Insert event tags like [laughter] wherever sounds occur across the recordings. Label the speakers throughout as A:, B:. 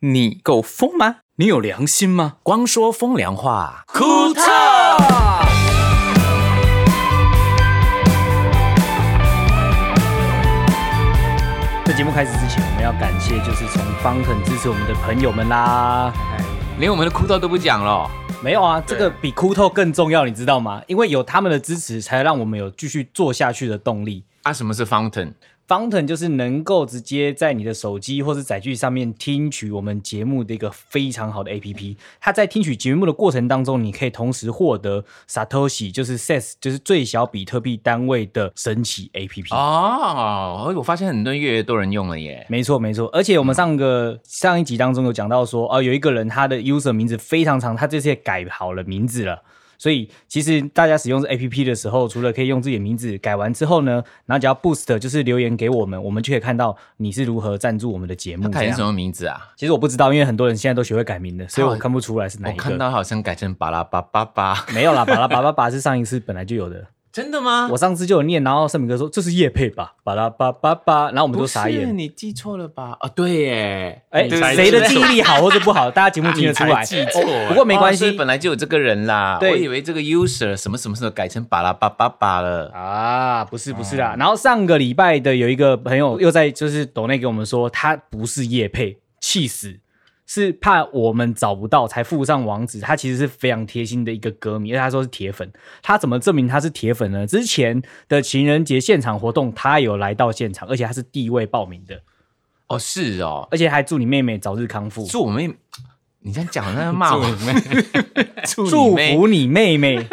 A: 你够疯吗？你有良心吗？
B: 光说风凉话，
A: 库特。
C: 在节目开始之前，我们要感谢就是从方腾支持我们的朋友们啦。
B: 连我们的酷豆都不讲了。
C: 没有啊，这个比哭透更重要，你知道吗？因为有他们的支持，才让我们有继续做下去的动力。
B: 啊，什么是 fountain？
C: 方腾就是能够直接在你的手机或是载具上面听取我们节目的一个非常好的 APP。它在听取节目的过程当中，你可以同时获得 Satoshi，就是 SES，就是最小比特币单位的神奇 APP。
B: 哦，我发现很多越来越多人用了耶。
C: 没错没错，而且我们上个、上一集当中有讲到说，哦、有一个人他的 user 名字非常长，他这次也改好了名字了。所以其实大家使用这 A P P 的时候，除了可以用自己的名字改完之后呢，然后只要 boost 就是留言给我们，我们就可以看到你是如何赞助我们的节目。
B: 改
C: 这
B: 成什
C: 样
B: 么名字啊？
C: 其实我不知道，因为很多人现在都学会改名的，所以我看不出来是哪
B: 我
C: 一
B: 看
C: 个。
B: 到好像改成巴拉巴巴巴。
C: 没有啦，巴拉巴拉巴是上一次本来就有的，
B: 真的吗？
C: 我上次就有念，然后盛明哥说这是叶配吧，巴拉巴巴巴，然后我们都
B: 不
C: 傻
B: 是，
C: 眼。
B: 你记错了吧？啊，对耶。
C: 哎，
A: 对
C: 谁的
A: 对
C: 记忆力好或者不
B: [laughs]
C: 好，大家节目听得出来。
B: 记错
C: 不过没关系
B: 哦所以本来就有这个人啦。我
C: 对
B: 以为这个 user 什么什么什么改成巴拉巴巴巴了。
C: 啊，不是不是啦。然后上个礼拜的有一个朋友又在就是抖内给我们说，他不是叶配，气死，是怕我们找不到才附上网址。他其实是非常贴心的一个歌迷，因为他说是铁粉。他怎么证明他是铁粉呢？之前的情人节现场活动，他有来到现场，而且他是第一位报名的，
B: 哦，是哦，
C: 而且还祝你妹妹早日康复，
B: 祝我妹，你这样讲好像在骂
C: [laughs]
B: 我。祝
C: 祝
B: 你妹
C: 福你妹妹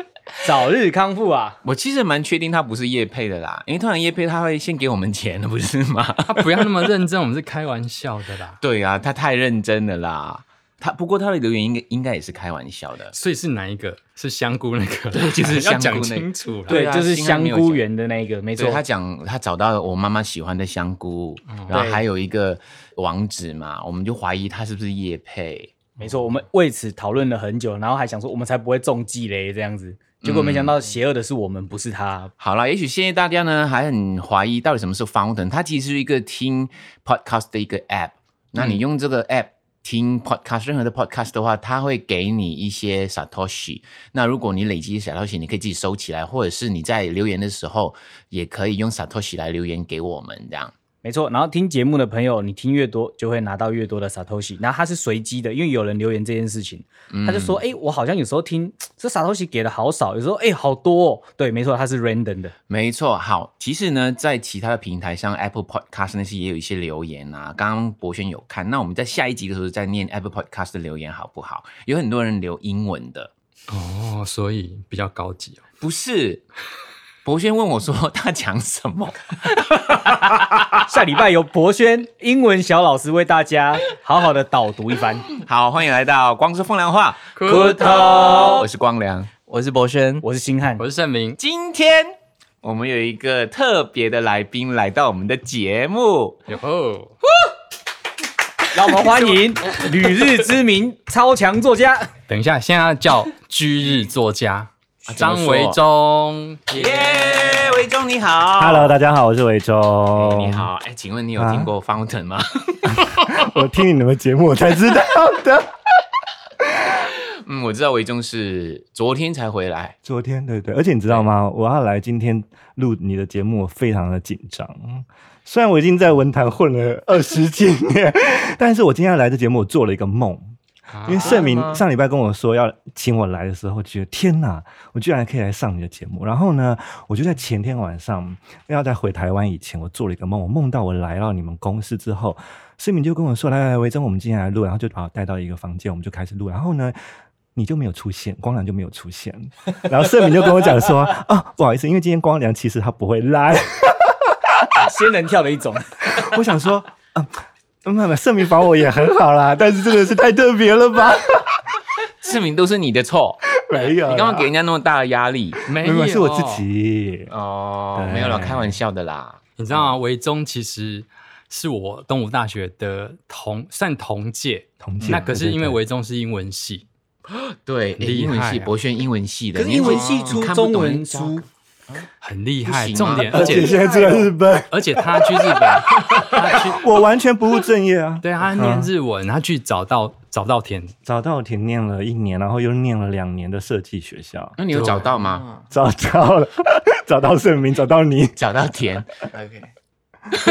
C: 早日康复啊！
B: 我其实蛮确定他不是叶配的啦，因为通常叶配他会先给我们钱的，不是吗？
C: [laughs]
D: 他不要那么认真，我们是开玩笑的啦。 [laughs]
B: 对啊，他太认真了啦。他不过他的留言应该应该也是开玩笑的。
D: 所以是哪一个？是香菇那个？对，
B: 就是香
D: [laughs]
B: 菇那
D: 要
B: 个
D: 讲清楚啦。
C: 对，
B: 对啊
C: 就是
B: 新闻
C: 香
B: 没有
C: 菇
B: 讲
C: 园的那一个，没
B: 所
C: 错嗯
B: 以，他讲他找到了我妈妈喜欢的香菇，然后还有一个网址嘛，我们就怀疑他是不是叶配。
C: 没错，我们为此讨论了很久，然后还想说我们才不会中计嘞，这样子。结果没想到邪恶的是我们，不是他。
B: 好了，也许现在大家呢还很怀疑到底什么是 Fountain，它其实是一个听 podcast 的一个 app。那你用这个 app 听 podcast，任何的 podcast 的话，它会给你一些 satoshi。那如果你累积 satoshi，你可以自己收起来，或者是你在留言的时候也可以用 satoshi 来留言给我们这样。
C: 没错，然后听节目的朋友，你听越多就会拿到越多的 Satoshi。然后它是随机的，因为有人留言这件事情，他就说：“哎、我好像有时候听这 Satoshi 给的好少，有时候哎、好多、哦。”对，没错，它是 random 的。
B: 没错，好，其实呢，在其他的平台像 Apple Podcast 那些也有一些留言啊。刚刚博轩有看，那我们在下一集的时候再念 Apple Podcast 的留言好不好？有很多人留英文的，
D: 哦，所以比较高级哦。
B: 不是。博轩问我说 [laughs] 他讲什么？
C: 下礼拜由博轩英文小老师为大家好好的导读一番。
B: 好，欢迎来到光说风凉话，
D: Good
B: 我是光良。
A: 我是博轩，
C: [laughs] 我是星汉
D: 我，是盛明，
B: 今天我们有一个特别的来宾来到我们的节目，
D: 哟吼，
C: 让我们欢迎旅日之名超强作 [laughs] 家。
D: 等一下，现在要叫居日
B: [laughs]
D: 作家
B: 怎
D: 啊
B: 么
D: 张
B: 说
D: 维忠，
B: 耶！维中你好
E: Hello，大家好，我是维忠。
B: 哎你，好，哎，请问你有听过 Fountain 吗？ [laughs]
E: 我听你们的节目我才知道的。 [laughs]
B: 嗯，我知道维中是昨天才回来，
E: 昨天对对，而且你知道吗？我要来今天录你的节目，我非常的紧张。虽然我已经在文坛混了二十几年， [laughs] 但是我今天要来这节目，我做了一个梦。因
D: 啊
E: 为盛
B: 啊
E: 明上礼拜跟我说要请我来的时候，觉得天哪，我居然可以来上你的节目。然后呢，我就在前天晚上要在回台湾以前，我做了一个梦，我梦到我来到你们公司之后，盛明就跟我说：“来来来，维珍，我们今天来录。”然后就把我带到一个房间，我们就啊开始录。然后呢，你就没有出现，光良就没有出现。然后盛明就跟我讲说：“啊，不好意思，因为今天光良其实他不会来。” [laughs]
C: 仙人跳的一种。
E: 我想说，嗯，妈妈盛明把我也很好啦，但是真的是太特别了吧？
B: 事情都是你的错，
E: [laughs] 没有啦，
B: 你干嘛给人家那么大的压力？
D: 没
E: 没有，
D: 有
E: 是我自。己。
B: 哦，
E: 对
B: 没有了，开玩笑的啦。
D: 你知道吗？维忠其实是我东吴大学的同算同届，
E: 同
B: 嗯
E: 届
D: 那可是因为
E: 对对对
D: 维忠是英文系，
B: 对，哎
D: 厉
B: 英文
D: 害
B: 系，
D: 啊
B: 博轩英文系的，
C: [laughs] 可是英文系
B: 你
C: 出
B: 看不
C: 中
B: 懂
C: 文书，
D: 很厉害。
B: 不行吗啊
D: 重点，
E: 而
D: 而
E: 且
D: 且
E: 现在住在日本， [laughs]
D: 而且他去日本，他去
E: 我完全不务正业啊。
D: 对他念日文，他去找到找到田，
E: 早稻田念了一年，然后又念了两年的设计学校，
B: 那你有找到吗？
A: 啊
E: 找到了， [laughs] 找到盛明，找到你，
B: 找到田，
A: ，OK，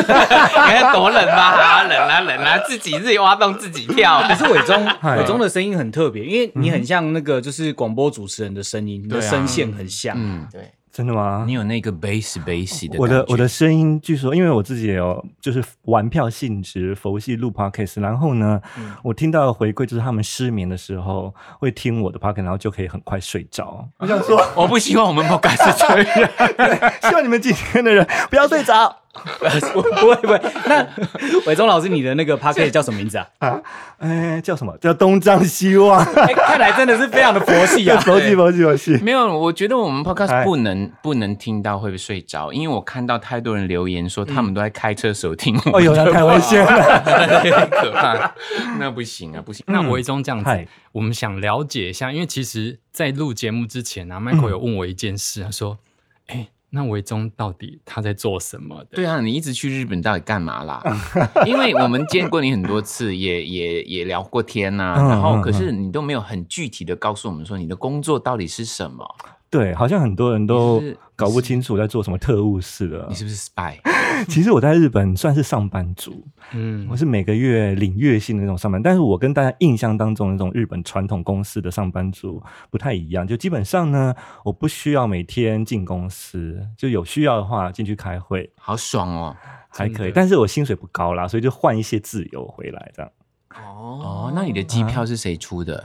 B: [laughs] 哎多冷 [laughs] 吧，啊冷啊冷啊，自己自己挖洞自己跳。
C: 可是伟忠，
E: 嗨
C: 伟忠的声音很特别，因为你很像那个就是广播主持人的声音，你的
B: 对啊
C: 声线很像。
B: 嗯，
A: 对，
E: 真的吗
B: 你？有那个 bass bass 的感觉，
E: 我的我的声音，据说因为我自己也有就是玩票性质佛系录 podcast，然后呢，
D: 嗯
E: 我听到的回馈就是他们失眠的时候会听我的 podcast，然后就可以很快睡着。 [laughs] 我想说，
B: 我不希望我们 podcast 这样。
E: 希望你们今天的人不要睡着。
C: [laughs] 不不会不会，那伟忠老师，你的那个 p a c k e t 叫什么名字啊？
E: 哎，叫什么？叫东张西
C: [laughs]
E: 望，
C: 哎，看来真的是非常的佛 [laughs] 系
E: 叫
C: 啊。
E: 佛系佛系佛系。
B: [laughs] 没有，我觉得我们
E: 哎
B: podcast 不能不能听到会不会睡着，因为我看到太多人留言说他们都在开车时候听我
E: 哦，
B: 们
E: 有
B: 的 [laughs]
E: 人太危险了。
B: 很可怕，那不行啊，不行。
D: 那我一中这样子，
E: 嗨，
D: 我们想了解一下，因为其实，在录节目之前啊，Michael 有问我一件事，他说：“哎、那维中到底他在做什么的？”
B: 对啊，你一直去日本到底干嘛 [laughs] 啦？因为我们见过你很多次，也也也聊过天呐、
E: 嗯
B: 然后
E: 嗯
B: 可是你都没有很具体的告诉我们说你的工作到底是什么？
E: 对，好像很多人都
B: 你是
E: 搞不清楚我在做什么特务似的
B: 你。是不是 spy？
E: 其实我在日本算是上班族，
D: 嗯
E: 我，是每个月领月薪的那种上班，但是我跟大家印象当中的那种日本传统公司的上班族不太一样。就基本上呢，我不需要每天进公司，就有需要的话进去开会
B: 好爽哦！
E: 还可以，
D: 真的
E: 但是我薪水不高啦，所以就换一些自由回来这样。
A: 哦
B: 哦，那你的机票是谁出的？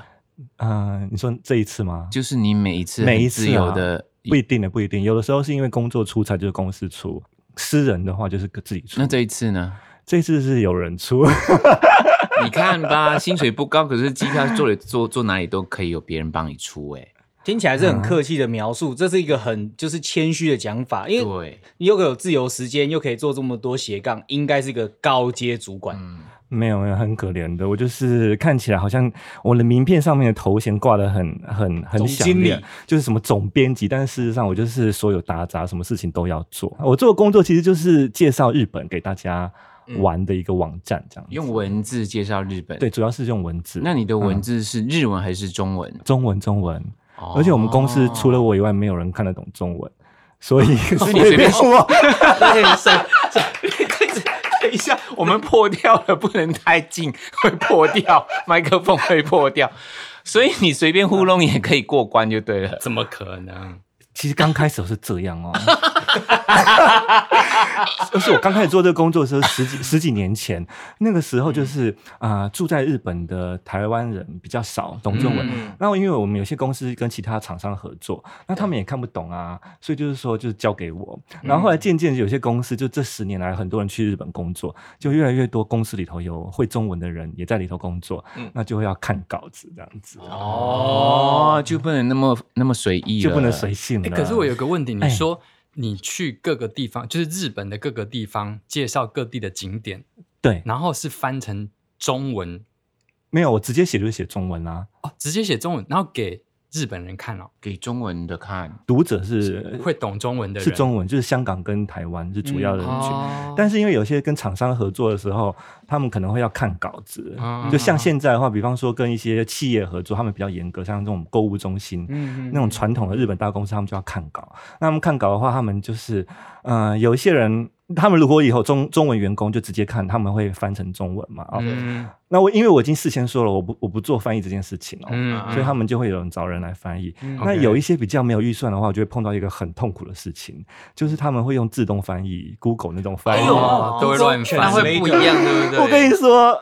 E: 嗯、你说这一次吗？
B: 就是你每一次
E: 每一
B: 很
E: 次啊
B: 自由的，
E: 不一定的，不一定。有的时候是因为工作出差，就是公司出；私人的话就是自己出。
B: 那这一次呢？
E: [laughs] 这次是有人出， [laughs]
B: 你看吧，薪水不高，可是机票坐里坐坐哪里都可以有别人帮你出哎、
C: 听起来是很客气的描述，这是一个很就是谦虚的讲法，因
B: 嗯
C: 为
B: 对，
C: 你又有自由时间，又可以做这么多斜杠，应该是一个高阶主管。
B: 嗯，
E: 没有没有，很可怜的。我就是看起来好像我的名片上面的头衔挂的很很很
C: 总
E: 响
C: 经
E: 亮
C: 理，
E: 就是什么总编辑，但是事实上我就是所有打杂，什么事情都要做。我做的工作其实就是介绍日本给大家玩的一个网站，这样子、
B: 嗯用文字介绍日本。
E: 对，，主要是用文字。
B: 那你的文字是日文还是中文？
E: 中文中文，
B: 哦
E: 嗯
B: 哦
E: 而且我们公司除了我以外，没有人看得懂中文。所以， [laughs] 所以
B: 你随便
E: 说，
B: 等一下，我们破掉了，不能太近，会破掉，麦克风会破掉，所以你随便糊弄也可以过关就对了。
D: 怎么可能？
E: 其实刚开始我是这
A: [laughs]
E: 样哦，就是我刚开始做这个工作的时候，十几十几年前，那个时候就是啊、住在日本的台湾人比较少，懂中文。
A: 嗯
E: 那因为我们有些公司跟其他厂商合作，那他们也看不懂啊，所以就是说就是交给我。然后后来渐渐有些公司，就这十年来很多人去日本工作，就越来越多公司里头有会中文的人也在里头工作，
A: 嗯
E: 那就会要看稿子这样子，
B: 哦，就不能那么那么随意了，
E: 就不能随性了。
D: 哎、可是我有个问题，
E: 哎
D: 你说你去各个地方，就是日本的各个地方介绍各地的景点，
E: 对
D: 然后是翻成中文
E: 没有，我直接写就是写中文啊啦、
D: 哦，直接写中文，然后给日本人看哦，
B: 给中文的看。
E: 读者是
D: 会懂中文的人
E: 呃是中文，就是香港跟台湾是主要
C: 嗯
E: 的人群。
D: 哦，
E: 但是因为有些跟厂商合作的时候，他们可能会要看稿子，
D: 嗯
C: 啊
E: 就像现在的话，比方说跟一些企业合作，他们比较严格，像这种购物中心，
C: 嗯
E: 那种传统的日本大公司，他们就要看稿。那他们看稿的话，他们就是，嗯、有一些人，他们如果以后中中文员工就直接看，他们会翻成中文嘛？啊、
D: 嗯
E: 那我因为我已经事先说了，我不我不做翻译这件事情哦，
D: 嗯
E: 所以他们就会有人找人来翻译。
C: 嗯
E: 那
D: OK
E: 有一些比较没有预算的话，我就会碰到一个很痛苦的事情，就是他们会用自动翻译，Google 那种翻译。
D: 哦都会乱翻
B: 那会不一样，对不对？
E: [laughs] 我跟你说，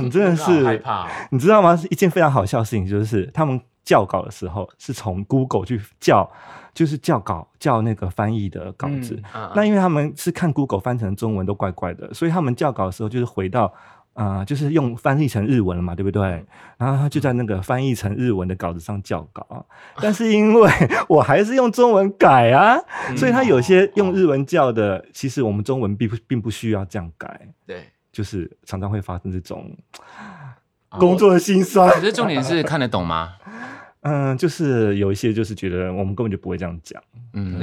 E: 你真的
B: 好害
E: 是，
B: 怕哦、
E: 你知道吗？是一件非常好笑的事情，就是他们校稿的时候是从 Google 去校，就是校稿校那个翻译的稿子。
B: 嗯
E: 那因为他们是看 Google 翻成中文都怪怪的，所以他们校稿的时候就是回到。啊、就是用翻译成日文了嘛，对不对？
B: 嗯
E: 然后他就在那个翻译成日文的稿子上校稿，但是因为我还是用中文改啊，
B: [laughs] 嗯
E: 所以他有些
B: 哦
E: 用日文校的，其实我们中文并不并不需要这样改，
B: 对。
E: 就是
B: 哦
E: 常常会发生这种工作的辛酸。
B: 可是重点是看得懂吗？
E: 嗯、就是有一些就是觉得我们根本就不会这样讲，
B: 嗯，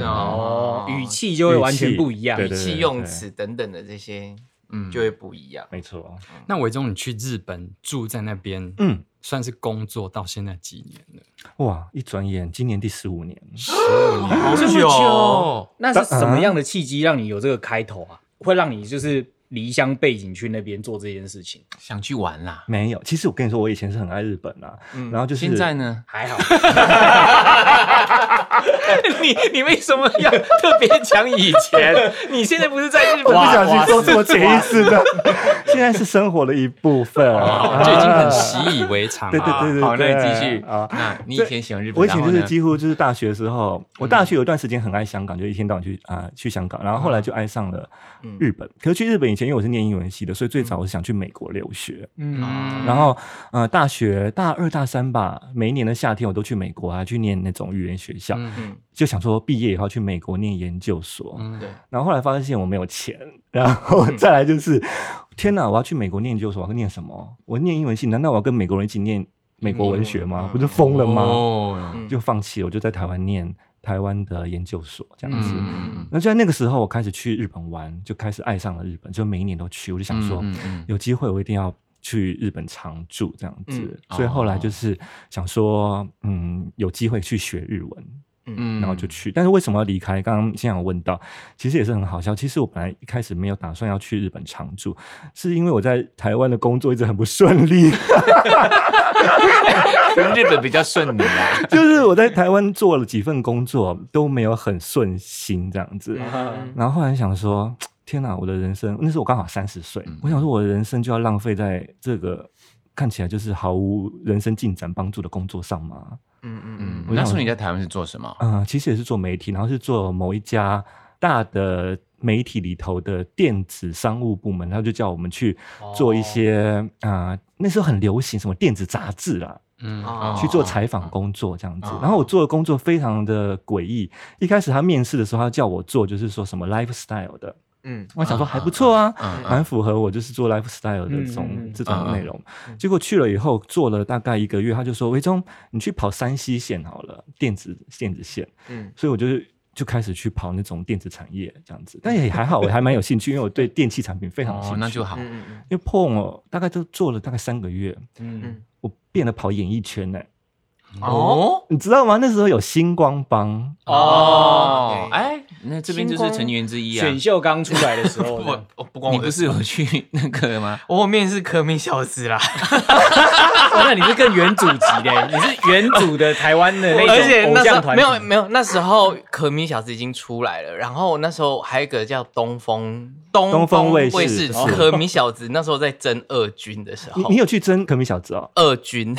C: 哦，
F: 哦
C: 语气就会完全不一样
E: 对
F: 语
E: 对
F: 气用词等等的这些，
B: 嗯
F: 就会不一样。
E: 没错。
D: 那伟忠，你去日本住在那边，
E: 嗯，
D: 算是工作到现在几年了？
E: 哇，一转眼今年第十五年，
F: 好
B: 这么久，
C: 那是什么样的契机让你有这个开头啊？会让你就是离乡背景去那边做这件事情？
B: 想去玩啦。
E: 没有。其实我跟你说，我以前是很爱日本啊，然后就
B: 嗯
E: 是
B: 现在呢？
C: 还好，
B: [laughs] 你你为什么要特别讲以
C: [laughs]
B: 前？你现在不是在日本
E: 我不
B: 吗？
E: 小心说出我潜意识的， [laughs] 现在是生活的一
B: [laughs]
E: 部分，啊
D: 就已经很习以为常
E: 对对
D: 了。
E: 对对，
B: 好，那
E: 对
B: 你继续
E: 啊。
B: 那你以前喜欢日本？
E: 我以前就
B: 然
E: 是
B: 后呢嗯
E: 几乎就是大学的时候，我大学有一段时间很爱香港，就一天到晚去啊、去香港，然后后
B: 嗯
E: 来就爱上了日本。可是去日本以前，因为我是念英文系的，所以最
B: 嗯
E: 早我是想去美国留学。
C: 嗯，
E: 然后呃，大学大二大三吧，每一年的夏天我都去美国啊，去念那种语言学校，
D: 嗯，
F: 嗯，
E: 就想说毕业以后去美国念研究所。
D: 嗯
F: 对，
E: 然后后来发现我没有钱，然后再来就是，天哪！我要去美国念研究所，我要念什么？我念英文系，难道我要跟美国人一起念美国文学吗？
F: 嗯
E: 不是疯了吗？
B: 哦，
F: 嗯
E: 就放弃了，我就在台湾念台湾的研究所这样子。
B: 嗯，
E: 那就在那个时候，我开始去日本玩，就开始爱上了日本，就每一年都去。我就想说，
B: 嗯嗯
E: 有机会我一定要去日本常住这样子。
B: 嗯
E: 所以后来就是想说，嗯，有机会去学日文，
B: 嗯
E: 然后就去。但是为什么要离开？刚刚现场问到，其实也是很好笑。其实我本来一开始没有打算要去日本常住，是因为我在台湾的工作一直很不顺利。 [laughs]
B: 日本比较顺利啦。
E: 就是我在台湾做了几份工作都没有很顺心这样
B: 嗯
E: 子，然后后来想说，天哪，我的人生那时候我刚好三十岁，
F: 嗯
E: 我想说我的人生就要浪费在这个看起来就是毫无人生进展帮助的工作上嘛。
F: 嗯嗯嗯，
B: 嗯，那时候你在台湾是做什么？
E: 嗯、其实也是做媒体，然后是做某一家大的媒体里头的电子商务部门，他就叫我们去做
F: 哦
E: 一些啊、呃那时候很流行什么电子杂志啦，
D: 嗯，
F: 哦
E: 去做采访工作这样子
F: 哦。
E: 然后我做的工作非常的诡异，一开始他面试的时候，他叫我做就是说什么 lifestyle 的，
F: 嗯
E: 我想说还不错啊，
B: 嗯
E: 蛮符合我就是做 lifestyle 的这
C: 嗯嗯
E: 种
C: 嗯
E: 这种内容。结果去了以后做了大概一个月，他就说：“维忠，你去跑山西线好了，电子电子线。”
F: 嗯
E: 所以我就是。就开始去跑那种电子产业这样子，但也还好，我还蛮有兴趣，因为我对电器产品非常有兴
B: 哦
E: 趣。，
B: 那就好。
F: 嗯嗯
E: 因为碰哦，大概都做了大概三个月，
C: 嗯，
F: 嗯
E: 我变得跑演艺圈呢、
F: 嗯，哦
E: 你知道吗？那时候有星光帮，
F: 哦
B: 哦，哎，那这边就是成员之一啊。
C: 选秀刚出来的时候
B: 不
C: 呢，，
B: [laughs] 我不光你不是有去那个吗？
F: 我后面是科米小子啦，
C: 哦那你是更原主级的，欸你是原主的台湾的那
F: [laughs] 而且
C: 种
F: 那
C: 偶
F: 时
C: 像
F: 候
C: 团
F: 没
C: 体，
F: 有没有，那时候可米小子已经出来了，然后那时候还有一个叫东风东
E: 东风卫视
F: 卫视
E: 是
F: 可米小子，那时候在争二军的时
E: 你
F: 候
E: 你，有去争可米小子哦？
F: 二军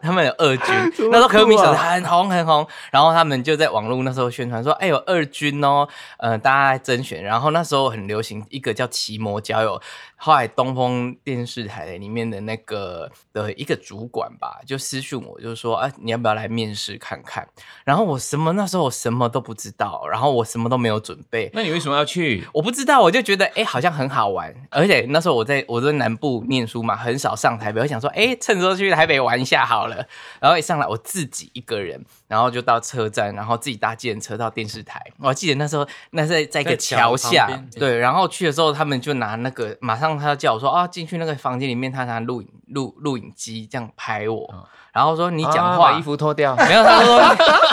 F: 他们有二军，
E: 么
F: 那时候可米
E: 酷啊
F: 小子很红很红，然后他们就在网络那时候宣传说，哎有二军哦，呃大家在甄选，然后那时候很流行一个叫奇摩交友，后来东风电视台里面的那个的一个主管吧，就私讯我，就说啊你要不要来面试看看？然后我什么那时候我什么都不知道，然后我什么都没有准备，
B: 那你为什么要去？
F: 我不知道，我就觉得哎、诶好像很好玩，而且那时候我在我在南部念书嘛，很少上台北，我想说，哎、趁说去台北玩一下好了。然后一上来我自己一个人，然后就到车站，然后自己搭计程车到电视台。我还记得那时候那是在一个
D: 在桥
F: 下
D: 旁边，
F: 对，然后去的时候他们就拿那个，马上他叫我说啊，进去那个房间里面，他拿录影录录影机这样拍我，然后说你讲话，
B: 啊啊把衣服脱掉，
F: 没有，他说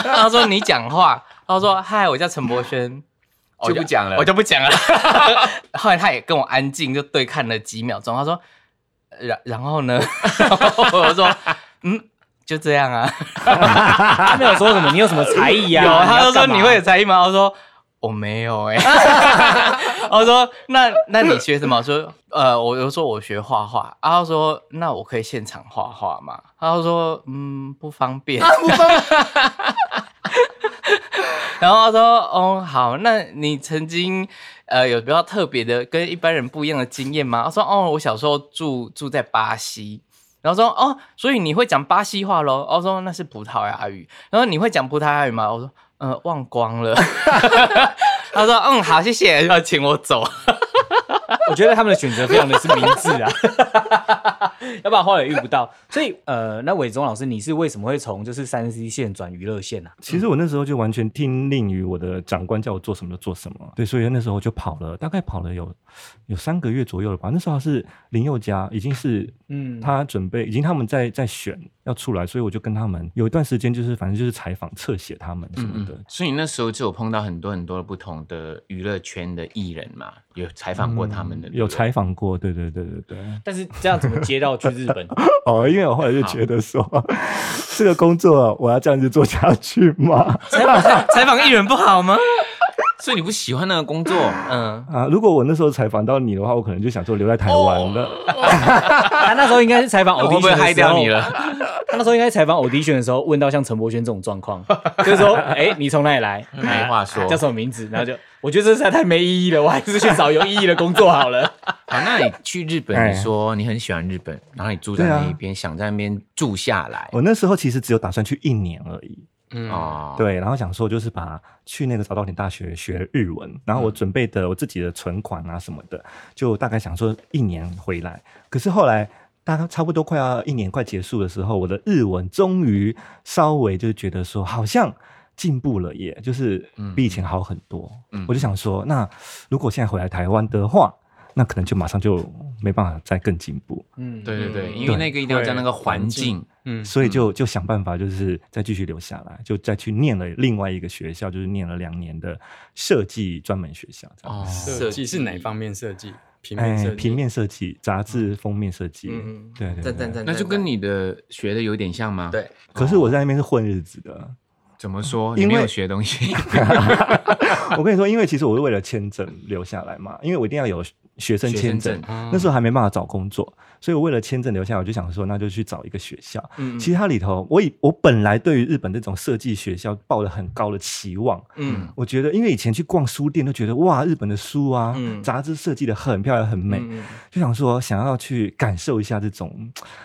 F: [laughs] 他说你讲话，他说嗨，我叫陈柏轩。
B: [laughs]
F: 哦
B: 就不讲了
F: 我就不讲了。后来他也跟我安静就对看了几秒钟，他说，呃然然后呢， [laughs] 然后我说，嗯，就这样啊。
C: [laughs] 他没有说什么，你有什么才艺啊？
F: 有，他
C: 要
F: 就说
C: 干嘛
F: 你会有才艺吗？我说我没有
C: [laughs]
F: 哎、我说那那你学什么？我说呃，我就说我学画画。啊，他说那我可以现场画画吗？他就说嗯，不方便。
C: 啊
F: [laughs] 然后他说：“哦，好，那你曾经呃有比较特别的跟一般人不一样的经验吗？”他说：“哦，我小时候住住在巴西。”然后说：“哦，所以你会讲巴西话喽？”我说：“那是葡萄牙语。”然后你会讲葡萄牙语吗？我说：“呃，忘光了。” [laughs] 他说：“嗯，好，谢谢，要请我走。
C: 我觉得他们的选择非常的是明智啊。 [laughs] 要不然后来也遇不到。所以呃，那伟忠老师，你是为什么会从就是三 C 线转娱乐线呢、啊？
E: 其实我那时候就完全听令于我的长官叫我做什么就做什么，对，所以那时候我就跑了，大概跑了有有三个月左右了吧。那时候是林宥嘉已经是
C: 嗯，
E: 他准备已经他们在在选要出来，所以我就跟他们有一段时间就是反正就是采访侧写他们什么的。
B: 嗯所以你那时候就有碰到很多很多不同的娱乐圈的艺人嘛，有采访过他们的，
E: 嗯有
B: 采
E: 采访过，对对对对对。
C: 但是这样怎么接到去日
B: [laughs]
C: 本？
E: 哦，因为我后来就觉得说，这个工作我要这样子做下去
B: [laughs]
E: 吗？
F: 采访采访艺人不好吗？
B: 所以你不喜欢那个工
E: [laughs]
B: 作，
F: 嗯，
E: 啊，如果我那时候采访到你的话，我可能就想说留在台湾了。
C: [laughs]
B: 哦
C: 他那时候应该是采
B: [laughs]
C: 访
B: 我会
C: audition
B: 不会
C: 的时候
B: 害掉你？
E: [laughs]
B: 了？
C: 他那时候应该采访 audition 的时候问到像陈柏轩这种状况，就是说，哎、你从哪里来？
B: [laughs]
C: 哎
B: 没
E: 哎
B: 话说
C: 叫什么名字？然后就，我觉得这实在太没意义了，我还是去找有意义的工作好了。
B: 好，那你去日
E: 哎
B: 本，你说你很喜欢日本，然后你住在那一边，想在那边住下来
E: 我那时候其实只有打算去一年而已，
D: 嗯
B: 哦，，
E: 对，然后想说就是把去那个早稻田大学学日文，然后
B: 嗯
E: 我准备的我自己的存款啊什么的，就大概想说一年回来。可是后来大概差不多快要一年快结束的时候，我的日文终于稍微就觉得说好像进步了耶，就是比以前好很多。
B: 嗯
E: 我就想说，那如果现在回来台湾的话，那可能就马上就没办法再更进步。
C: 嗯，
B: 对对对，
D: 嗯
B: 因为那个一定要在那个环
D: 对
B: 境，
D: 嗯，
E: 所以就就想办法，就是再继续留下来，就再去念了另外一个学校，就是念了两年的设计专门学校。这样
B: 哦，
D: 设计是哪方面设计？平面
E: 哎
D: 设，计，
E: 平面设计、杂志封面设计，
F: 嗯嗯
E: 对对对
F: 赞赞赞，
B: 那就
F: 赞
B: 跟你的学的有点像吗？
F: 赞，对，
E: 可
D: 哦
E: 是我在那边是混日子的。
B: 怎么说？
E: 因
B: 你
E: 为
B: 没有学东西，
E: [laughs] 我跟你说，因为其实我是为了签证留下来嘛，因为我一定要有学生签
B: 学生证
E: 证。
F: 啊
D: 嗯
E: 那时候还没办法找工作，所以我为了签证留下来，我就想说，那就去找一个学校。
F: 嗯
E: 其实它里头，我以我本来对于日本这种设计学校抱了很高的期望，
F: 嗯
E: 我觉得，因为以前去逛书店都觉得哇，日本的书啊，
F: 嗯
E: 杂志设计的很漂亮、很美，
F: 嗯嗯
E: 就想说想要去感受一下这种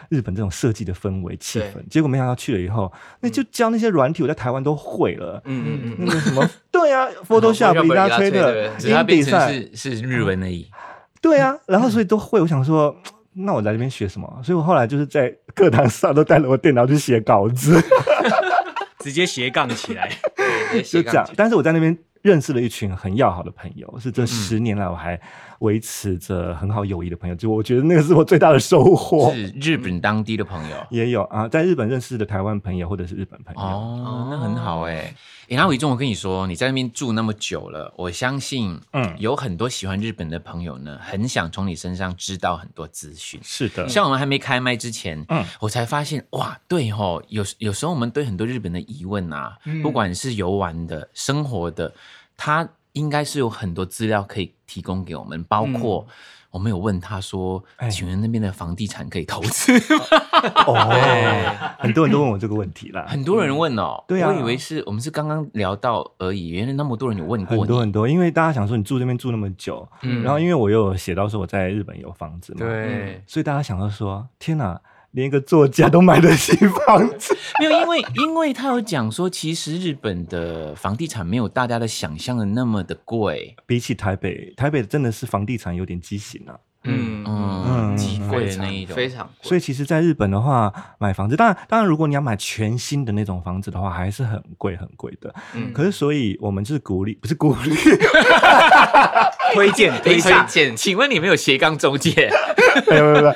E: 日本这种设计的氛围气
F: 对嗯
E: 氛。结果没想到去了以后，那就教那些软体，我在台湾都会了。
F: 嗯嗯
E: 那
F: 嗯，
E: 个什么， [laughs] 对啊
F: Photoshop
E: ，Photoshop 一大
F: 一大
E: 堆
F: 堆
E: 的
F: 的
B: [laughs] 只是它变
E: Indesign
B: 成是是日文而已。
E: 对啊，然后所以都会。我想说，那我来这边学什么？所以我后来就是在课堂上都带了我电脑去写稿
B: [laughs]
E: 子，
C: 直接斜杠起来。
F: 也
E: 就
F: 斜
E: 这
F: 杠
E: 样
F: 起。来
E: 但是我在那边认识了一群很要好的朋友，
B: 嗯
E: 是这十年来我还维持着很好友谊的朋友，就我觉得那个是我最大的收获。
B: 是日本当地的朋友。
E: 也有啊，在日本认识的台湾朋友或者是日本朋友，嗯
B: 哦，那很好哎、欸。诶然后伟忠，我跟你说，你在那边住那么久了，我相信，
E: 嗯
B: 嗯，有很多喜欢日本的朋友呢，很想从你身上知道很多资讯。
E: 是
B: [laughs]
E: 的，
B: 像我们还没开麦之前，
E: 嗯
B: 嗯，我才发现，哇，对吼，有有时候我们对很多日本的疑问啊，
E: 嗯
B: 不管是游玩的、生活的，他应该是有很多资料可以提供给我们，包括我们有问他说，
E: 嗯哎
B: 请问那边的房地产可以投资吗？
E: 哦，很多人都问我这个问题啦，
B: 很多人问哦，
E: 对啊
B: 我以为是我们是刚刚聊到而已，原来那么多人有问
E: 很
B: 过
E: 多
B: 你。
E: 很多，因为大家想说你住这边住那么久，
D: 嗯
E: 然后因为我又有写到说我在日本有房子嘛，，
D: 对，
E: 所以大家想到说，天哪，连一个作家都买得起房子， [laughs]
B: 没有，因为因为他有讲说，其实日本的房地产没有大家的想象的那么的贵，
E: 比起台北，台北真的是房地产有点畸形啊。
F: 嗯
B: 嗯，
E: 嗯
B: 极贵
F: 非
B: 的那一种，
F: 常非常
E: 所以
F: 贵，
E: 其实，在日本的话，买房子，当然，当然，如果你要买全新的那种房子的话，还是很贵很贵的。
F: 嗯
E: 可是，所以我们就是鼓励，不是鼓励， [laughs]
C: 推
B: [laughs]
C: 荐推
F: 推
C: 荐，
F: 荐
B: 哎请问你们有斜杠中介？
E: 没有没有没有，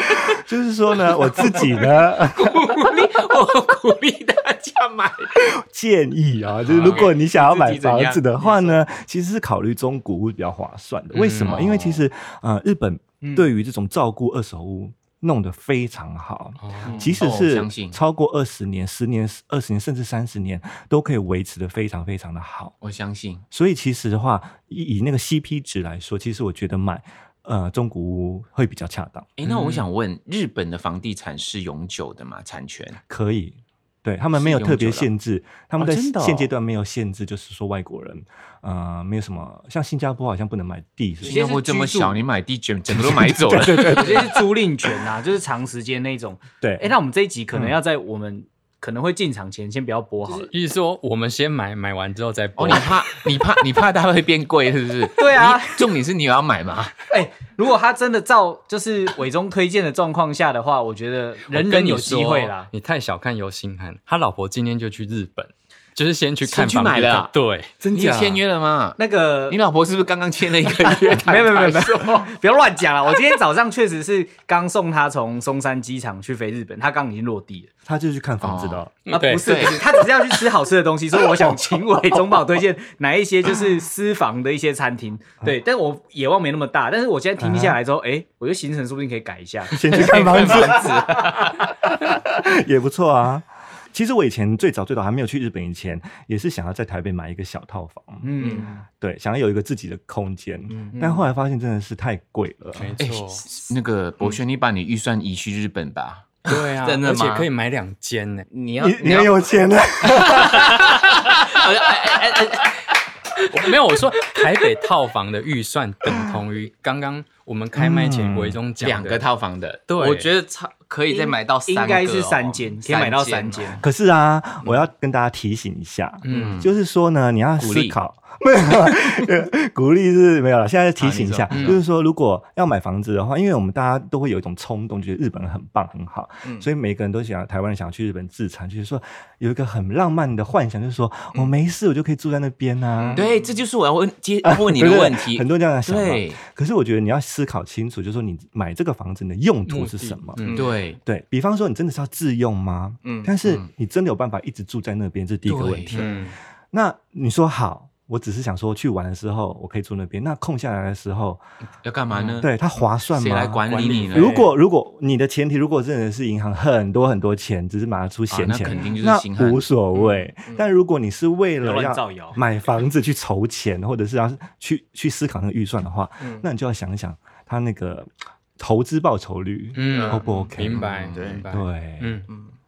E: [laughs] 就是说呢，我自己呢
B: 我鼓励大家买。
E: 建议啊，就是如果你想要买
B: 自己怎
E: 房
B: 样
E: 子的话呢，其实是考虑中古屋比较划算的。为什么？
B: 嗯
E: 因为其实呃，日本对于这种照顾二手屋弄得非常好。
D: 哦
E: 即使
B: 哦
E: 是
B: 相信
E: 超过二十年、十年、二十年甚至三十年，都可以维持的非常非常的好。
B: 我相信，
E: 所以其实的话，以以那个 CP 值来说，其实我觉得买呃中古屋会比较恰当，
B: 诶，哎那我想问，日本的房地产是永久的吗？产权？
E: 可以。对他们没有
B: 是
E: 特别
B: 永久的
E: 限制，他们在
B: 哦真的哦
E: 现阶段没有限制，就是说外国人，呃，没有什么像新加坡好像不能买地，是不
B: 新
E: 是
B: 加坡这么小，你买地卷整个都买走了。
C: 有些是租赁权啊，就是长时间那种。
E: 对，
B: 嗯
C: 哎、那我们这一集可能要在我们。可能会进场前先不要播好了。
D: 意思说我们先买，买完之后再播。
B: 哦，你怕你怕你怕它会变贵是不是？
C: 对啊
B: 你，重点是你要买嘛。
C: 哎、如果他真的照就是伟忠推荐的状况下的话，我觉得人人有机会啦。
D: 你太小看游星汉，他老婆今天就去日本，就是先去看
B: 先去
D: 房
B: 买
D: 地
B: 了
D: 产对，
B: 你有签约了吗？
C: 那个？
B: 你老婆是不是刚刚签了一个月
E: [laughs]
C: 没有没有没有
B: 坦
C: 没
B: 白说
C: 有，不要乱讲了。我今天早上确实是刚送他从松山机场去飞日本，他刚已经落地了
E: 他就是去看房子的哦、
C: 啊，不是
B: 嗯对
C: 不是，他只是要去吃好吃的东西，所以我想请伟忠帮我推荐哪一些就是私房的一些餐厅。
B: 嗯
C: 对，但我野望没那么大，但是我现在停下来之后，哎，我觉得行程说不定可以改一下。哎
E: 先去
B: 哎
E: 看
C: [laughs]
E: 房子，也不错啊。其实我以前最早最早还没有去日本以前，也是想要在台北买一个小套房，
C: 嗯，
E: 对，想要有一个自己的空间。
D: 嗯
E: 但后来发现真的是太贵了，
D: 没
B: 哎
D: 错，
B: 那个博轩，你把你预算移去日本吧。
D: 对啊，
F: 真的
D: 而且
F: 吗
D: 可以买两间呢。
F: 你要哎
E: 你你
F: [laughs]
E: 很有钱啊的，
D: 我没有，我说台北套房的预算等同于刚刚我们开麦前
E: 嗯
D: 维中讲
B: 两
D: 的
B: 个，套房的，
D: 对，
F: 我觉得差可以再买到三
C: 应
F: 个哦，
C: 该是三间，可以买到三
F: 哦
C: 间。
E: 可是啊，我要跟大家提醒一下，
D: 嗯，
E: 就是说呢，你要
B: 鼓
E: 思
B: 励
E: 考，没有啊， [laughs] 鼓励是没有了。现在提醒一下，
B: 啊你
E: 就是说，如果要买房子的话，因为我们大家都会有一种冲动，觉得日本很棒很好，
F: 嗯
E: 所以每个人都想台湾人想去日本自产，就是说有一个很浪漫的幻想，就是说我没事我就可以住在那边啊。
B: 对，这就是我要问接问你的
E: 对啊不对
B: 问题。
E: 很多人这样想
B: 对
E: 嘛。可是我觉得你要思考清楚，就是说你买这个房子你的用途是什么？
D: 嗯
B: 对，
E: 对比方说，你真的是要自用吗？
F: 嗯
E: 但是你真的有办法一直住在那边，这是第一个问题。
D: 嗯，
E: 那你说好，我只是想说去玩的时候我可以住那边，那空下来的时候，
B: 要干嘛呢？，
E: 对它划算吗？
B: 谁来管理你呢？
E: 如果如果你的前提如果真的是银行很多很多钱，只是拿出闲
B: 啊那肯定
E: 钱
B: 就，是
E: 那
B: 心寒
E: 无所谓。
B: 嗯
E: 但如果你是为
C: 不
E: 了
C: 要乱
E: 要
C: 造谣
E: 买房子去筹钱，或者是要去去思考那个预算的话，
B: 嗯
E: 那你就要想一想它那个投资报酬率
D: 嗯
E: O 不 OK？
D: 明白，
B: 对
D: 明白，
E: 对，
D: 嗯，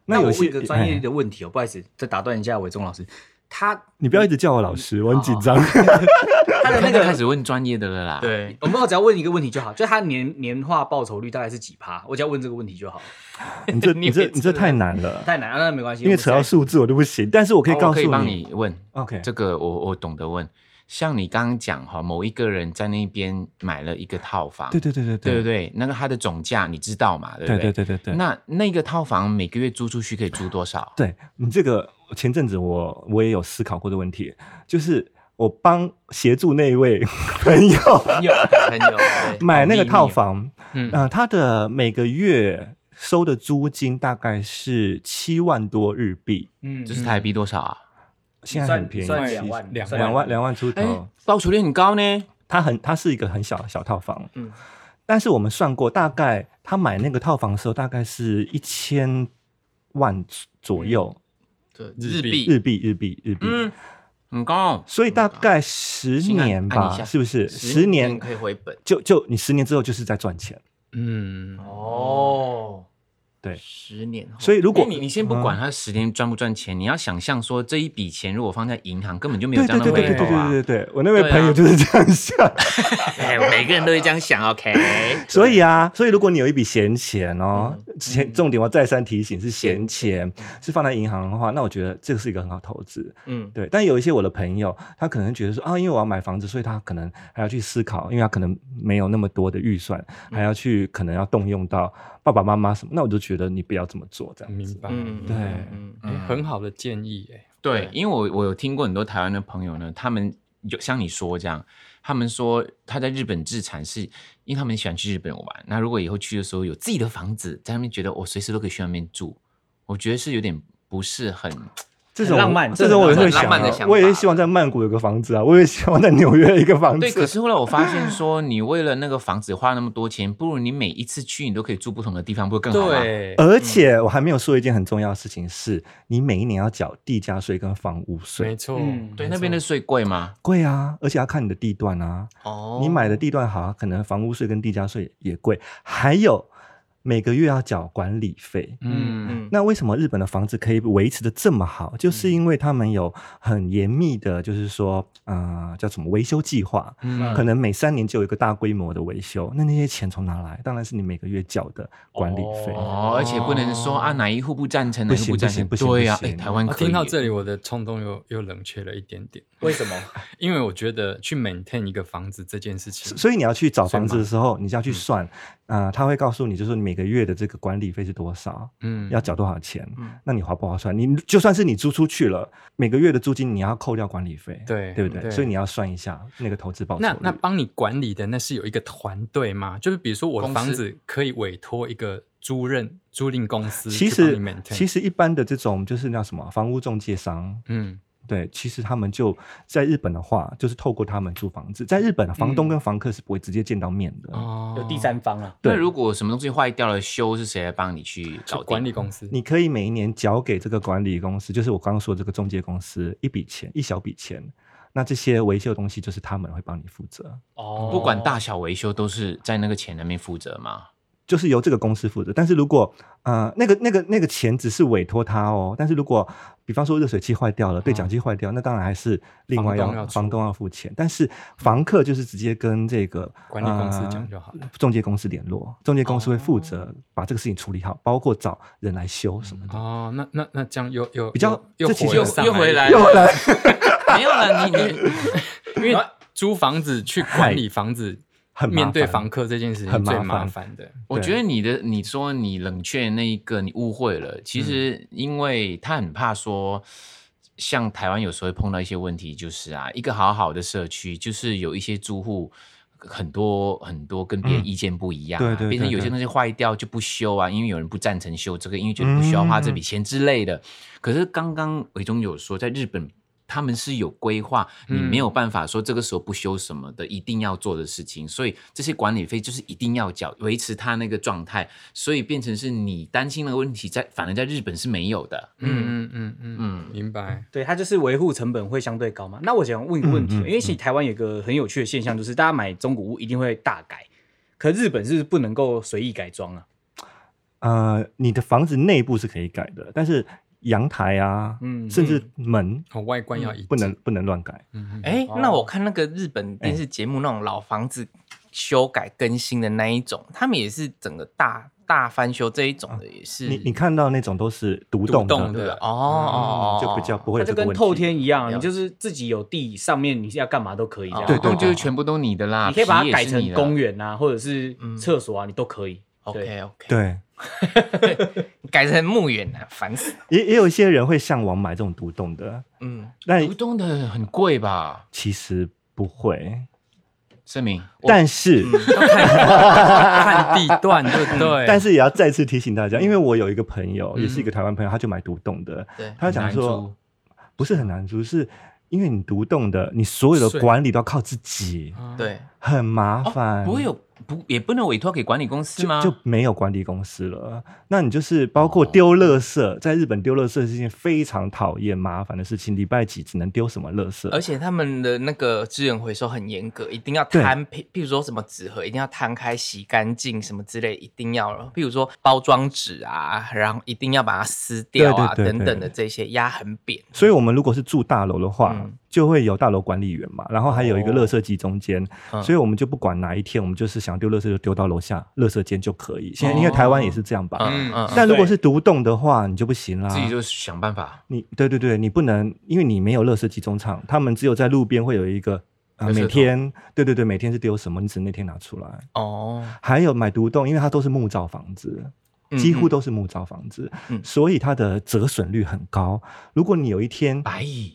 C: 那
E: 有
C: 我
E: 些
C: 问一个专业
E: 哎
C: 的问题哦，不好意思，再打断一下伟忠老师，
E: [laughs]
C: 他
E: 你不要一直叫我老师，我很紧张。
C: 他的那
B: 那个
C: 个
B: 开始问专业的了啦。，
F: 对，
C: 我们我只要问一个问题就好，就他年年化报酬率大概是几趴？我只要问这个问题就好，
E: [laughs] 你这
F: 你
E: 你这
F: 每次
E: 你这太难了，
C: 太难了，那没关系，
E: 因为扯到数字我都不行。但是我可以
B: 哦我
E: 告
B: 可以
E: 诉
B: 帮你问
E: OK
B: 这个我我懂得问。像你刚刚讲哈，某一个人在那边买了一个套房，
E: 对对对对
B: 对不对？那个它的总价你知道嘛？对不
E: 对
B: 对
E: 对对对对。
B: 那那个套房每个月租出去可以租多少？
E: 对你这个，前阵子我我也有思考过的问题，就是我帮协助那一位 [laughs] 朋友
F: 很有很有，对
E: 买那个套房，
D: 嗯
E: 呃，他的每个月收的租金大概是七万多日币，
C: 嗯
B: 这是台币多少啊？
E: 现在很便宜，
C: 算
E: 其实
C: 两啊万，
D: 两
C: 算
E: 两万两万出
B: 哎
E: 头。，
B: 报酬率很高呢。
E: 它很它是一个很小的小套房，
F: 嗯
E: 但是我们算过，大概他买那个套房的时候，大概是一千万左右
F: 对，
D: 日
F: 日
D: 币
F: 币
E: 日币，日币，日币。
B: 嗯，很高。
E: 所以大概十年
B: 先按按一
E: 吧，
B: 下
E: 是不是？十年
F: 可以回本
E: 就就你十年之后就是在赚钱，
D: 嗯，
F: 哦，
E: 对
F: 十年后，
E: 所以如果
B: 哎你你先不管他十年赚不赚钱，你要想象说这一笔钱如果放在银行，根本就没有
E: 对
B: 这样
E: 对
B: 的
E: 对对
B: 回
E: 对对
B: 报啊。
E: 对对对，我那位
F: 对啊
E: 朋友就是这样想，
B: 哎，每个人都会这样想，OK？
E: 所以啊，所以如果你有一笔闲钱哦，前重点我再三提醒是闲钱，是放在银行的话，那我觉得这个是一个很好投资。
F: 嗯
E: 对，但有一些我的朋友，他可能觉得说啊，因为我要买房子，所以他可能还要去思考，因为他可能没有那么多的预算，还要去可能要动用到爸爸妈妈什么，那我就觉得你不要这么做，这样
D: 明
E: 子。
D: 白，
F: 嗯
E: 对
F: 嗯
D: 哎很好的建议，哎，
B: 对，因为我我有听过很多台湾的朋友呢，他们有像你说这样，他们说他在日本自产是，因为他们喜欢去日本玩。那如果以后去的时候有自己的房子，在那边觉得我哦随时都可以去那边住，我觉得是有点不是很
E: 这种
C: 很浪漫
E: 这种我也会
F: 很
E: 想、
F: 浪漫的
E: 啊
F: 想，法
E: 我也是希望在曼谷有个房子啊，我也希望在纽约一个
B: [laughs]
E: 房
B: 对。可
E: 子。
B: 是后来我发现说，你为了那个房子花那么多钱，不如你每一次去你都可以住不同的地方，不
E: 嗯
B: 会更好吗？
D: 对，
E: 而且我还没有说一件很重要的事情是，你每一年要缴地价税跟房屋
D: 没
E: 税，
D: 错，
C: 嗯
B: 对，那边的税贵吗？
E: 贵啊，而且要看你的地段啊。
F: 哦
E: 你买的地段好，可能房屋税跟地价税也贵，还有每个月要缴管理费。
D: 嗯
F: 嗯，
E: 那为什么日本的房子可以维持的这么好？就是因为他们有很严密的，就是说，呃，叫什么维修计划，
D: 嗯
E: 可能每三年就有一个大规模的维修。那那些钱从哪来？当然是你每个月缴的管理费。
B: 哦，而且不能说啊哪一户不赞成，哪一户赞成，
E: 不行不行不行
B: 对呀，
E: 不
B: 哎，
E: 行
B: 台湾
D: 我
B: 可以
D: 啊听到
E: 嗯
D: 这里，我的冲动又又冷却了一点点，
F: 为什
C: [laughs]
F: 么？
D: 因为我觉得去 maintain 一个房子这件事情，
E: 所以你要去找房子的时候，你就要去算，啊，他会告诉你，就是你每个月的这个管理费是多少，
D: 嗯
E: 要缴多少钱，
F: 嗯
E: 那你划不划算？你就算是你租出去了，每个月的租金你要扣掉管理费，
D: 对
E: 对不对？
D: 对
E: 所以你要算一下那个投资报酬
D: 那
E: 率
D: 那帮你管理的那是有一个团队吗？就是比如说我的
B: 公司
D: 房子可以委托一个租赁租赁公司
E: 其
D: 去帮你
E: 实
D: maintain，
E: 其实一般的这种就是叫什么房屋中介商。
D: 嗯
E: 对，其实他们就在日本的话，就是透过他们租房子。在日本，房东跟房客是不会直接见到面的。
D: 嗯哦
C: 有第三方啊，
E: 对
B: 那如果什么东西坏掉了，修是谁来帮你去搞
D: 就
B: 定
D: 管理？公司，
E: 嗯你可以每一年缴给这个管理公司，就是我刚刚说的这个中介公司一笔钱，一小笔钱。那这些维修的东西就是他们会帮你负责，
D: 哦
B: 不管大小维修都是在那个钱那边负责嘛。
E: 就是由这个公司负责。但是如果呃那个那个那个钱只是委托他哦，但是如果比方说热水器坏掉了，对讲机坏掉，那当然还是另
D: 嗯
E: 外
D: 房东要出
E: 房东要付钱。但是房客就是直接跟这个
D: 管理公司讲
E: 呃
D: 就好了。
E: 中介公司联络，中介公司会负责把这个事情处理好，包括找人来修什么的。
D: 哦，那那那这样又又
E: 比较
D: 又
E: 这其
D: 火
E: 实又
D: 上
B: 又回来
D: 一点
B: 又
F: [laughs]
E: 来，
B: 没有了，你你
E: [laughs]
D: 因为租房子去管理房子，
E: 很麻烦
D: 面对房客这件事情
E: 很麻
D: 最
E: 烦
D: 麻烦的。
B: 我觉得你的你说你冷却那一个，你误会了。
E: 嗯
B: 其实因为他很怕说，像台湾有时候会碰到一些问题，就是啊，一个好好的社区，就是有一些租户。很多很多跟别人意见不一样、啊
E: 嗯对对
B: 变成
E: 对
B: 有些
E: 对
B: 东西坏掉就不修啊，因为有人不赞成修这个，因为觉得不需要
E: 嗯
B: 花这笔钱之类的。可是刚刚伟忠有说，在日本他们是有规划，你
D: 嗯
B: 没有办法说这个时候不修什么的，一定要做的事情，所以这些管理费就是一定要缴，维持他那个状态，所以变成是你担心的问题在，反而在日本是没有的。
D: 嗯嗯嗯嗯
B: 嗯
D: 嗯，明白。
C: 对，它就是维护成本会相对高嘛。那我想问一个问题，
E: 嗯嗯
C: 因为其实台湾有一个很有趣的现象，就是大家买中古屋一定会大改，可日本是不是不能够随意改装啊？
E: 呃，你的房子内部是可以改的，但是阳台啊，
C: 嗯
E: 甚至门嗯
D: 哦，外观要一致
E: 不能。不能乱改。
D: 嗯，哎，
F: 哎、
E: 哦
F: 那我看那个日本
E: 哎
F: 电视节目那种老房子修改更新的那一种，他们也是整个大大翻修这一种的，也是。
E: 你你看到那种都是独
D: 独
E: 栋
D: 栋
E: 的，
D: 的
F: 哦哦，哦
E: 嗯就比较不会
C: 它
E: 有
C: 就
E: 这个
C: 跟
E: 问题。
C: 透天一样，
F: 了解
C: 你就是自己有地，上面你要干嘛都可以这样。
E: 对对
B: 哦就是
E: 对
B: 全部都你的啦，
C: 你可以把
B: 皮
C: 它
B: 啊也
C: 改
B: 是
C: 成
B: 你的
C: 公园啊，或者是厕所啊，你都可以。对，
F: OK OK，
E: 对，
F: 改成墓园啊，烦死了。
E: 也也有一些人会向往买这种独栋的，
F: 嗯，
E: 但
B: 独栋的很贵吧？
E: 其实不会。
B: 盛明，
E: 但是，
D: 看地段对不对？
E: 但是也要再次提醒大家，因为我有一个朋友，
D: 嗯
E: 也是一个台湾朋友，他就买独栋的，
F: 对
E: 他就讲
B: 很难
E: 说
B: 租，
E: 不是很难租，是因为你独栋的，你所有的
D: 税
E: 管理都要靠自己，
D: 啊，
F: 对，
E: 很麻
B: 哦
E: 烦。，
B: 不会有不也不能委托给管理公司
E: 就
B: 吗？
E: 就没有管理公司了。那你就是包括丢垃圾，在日本丢垃圾是一件非常讨厌麻烦的事情。礼拜几只能丢什么垃圾？
F: 而且他们的那个资源回收很严格，一定要
E: 对
F: 摊，譬譬如说什么纸盒一定要摊开洗干净，什么之类一定要，譬如说包装纸啊，然后一定要把它撕掉啊，
E: 对对对
F: 等
E: 对
F: 等的这些压很扁。
E: 所以我们如果是住大楼的话，
F: 嗯
E: 就会有大楼管理员嘛，然后还有一个垃圾集中间，
F: 嗯
E: 所以我们就不管哪一天，我们就是想丢垃圾就丢到楼下垃圾间就可以。现在因为
B: 哦
E: 台湾也是这样吧。
F: 嗯嗯，
E: 但如果是独栋的话，你就不行啦。
B: 自己就想办法。
E: 你对对对，你不能，因为你没有垃圾集中场，他们只有在路边会有一个，呃、
B: 垃圾
E: 每
B: 桶
E: 天对对对，每天是丢什么，你只能那天拿出来。
F: 哦，
E: 还有买独栋，因为它都是木造房子，
F: 嗯
E: 几乎都是木造房子，
F: 嗯
E: 所以它的折损率很高。如果你有一天
B: 白蚁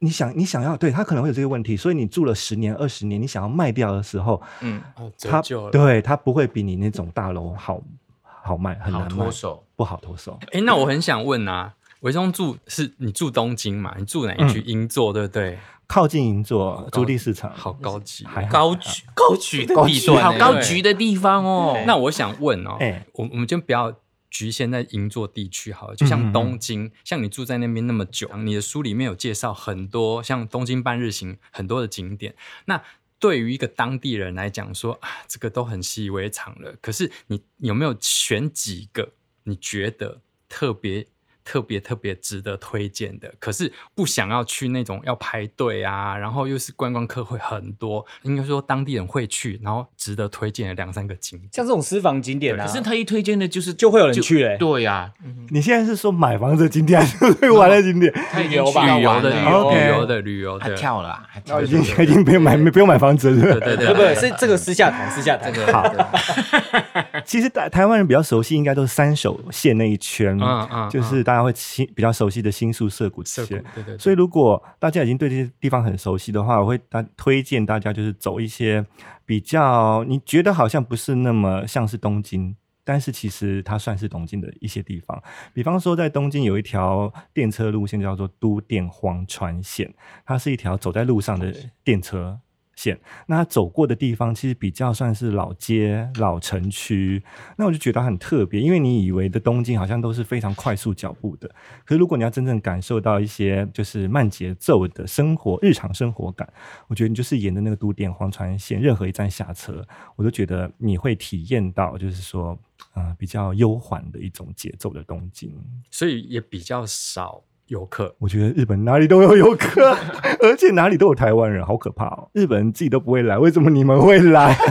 E: 你想你想要对它可能会有这个问题，所以你住了十年二十年，你想要卖掉的时候，
F: 嗯，
D: 哦，折
E: 它
D: 旧了。
E: 对它不会比你那种大楼好好卖，很
B: 好
E: 难卖
B: 脱，手，
E: 不好脱手。
D: 哎，那我很想问啊，维中住是你住东京嘛？你住哪一区？银座对不对？
E: 靠近银座
D: 高
E: 租赁市场，
D: 好高级。
E: 还好
F: 高举高举的
E: 高
F: 地
E: 举
F: 段欸，
B: 好高级的地方哦。
D: 那我想问哦
E: 哎，
D: 我我们就不要局限在银座地区好了，就
E: 嗯嗯
D: 像
E: 嗯
D: 东京，像你住在那边那么久，你的书里面有介绍很多像东京半日行很多的景点，那。对于一个当地人来讲说啊，这个都很习以为常了。可是你有没有选几个你觉得特别？特别特别值得推荐的，可是不想要去那种要排队啊，然后又是观光客会很多，应该说当地人会去，然后值得推荐的两三个景点。
C: 像这种私房景点啊，
B: 可是他一推荐的就是
C: 就会有人去嘞、
B: 对呀、
F: 嗯
E: 你现在是说买房子的 [laughs] 景点还是去玩的景点？
B: 他已
F: 旅
B: 经
F: 游
B: 去
F: 吧
B: 到
D: 旅游
B: 完
D: 的
B: 了
D: 旅
E: OK
D: 游的旅游
B: 他
D: 的旅游的，
B: 跳了啊，他跳
E: 已
B: 了
E: 经已经不用买不用买房子
D: 对对
E: 了。
D: 对
C: 对不对？
D: 对，
C: 是这个私下谈，私下谈。
F: 嗯
E: 好，其实台台湾人比较熟悉，应该都是三手线那一圈，
D: 嗯嗯
E: 就是大家会新比较熟悉的新宿涩谷
D: 涩
E: 这
D: 谷，
E: 些
D: 对。对对，
E: 所以，如果大家已经对这些地方很熟悉的话，我会大推荐大家就是走一些比较你觉得好像不是那么像是东京，但是其实它算是东京的一些地方。比方说，在东京有一条电车路线叫做都电荒川线，它是一条走在路上的电车线。那它走过的地方其实比较算是老街、老城区。那我就觉得它很特别，因为你以为的东京好像都是非常快速脚步的，可是如果你要真正感受到一些就是慢节奏的生活、日常生活感，我觉得你就是沿着那个都电荒川线任何一站下车，我都觉得你会体验到，就是说，呃，比较悠缓的一种节奏的东京。
D: 所以也比较少游客。
E: [laughs] 我觉得日本哪里都有游客，而且哪里都有台湾人，好可怕哦！日本人自己都不会来，为什么你们会来？ [laughs]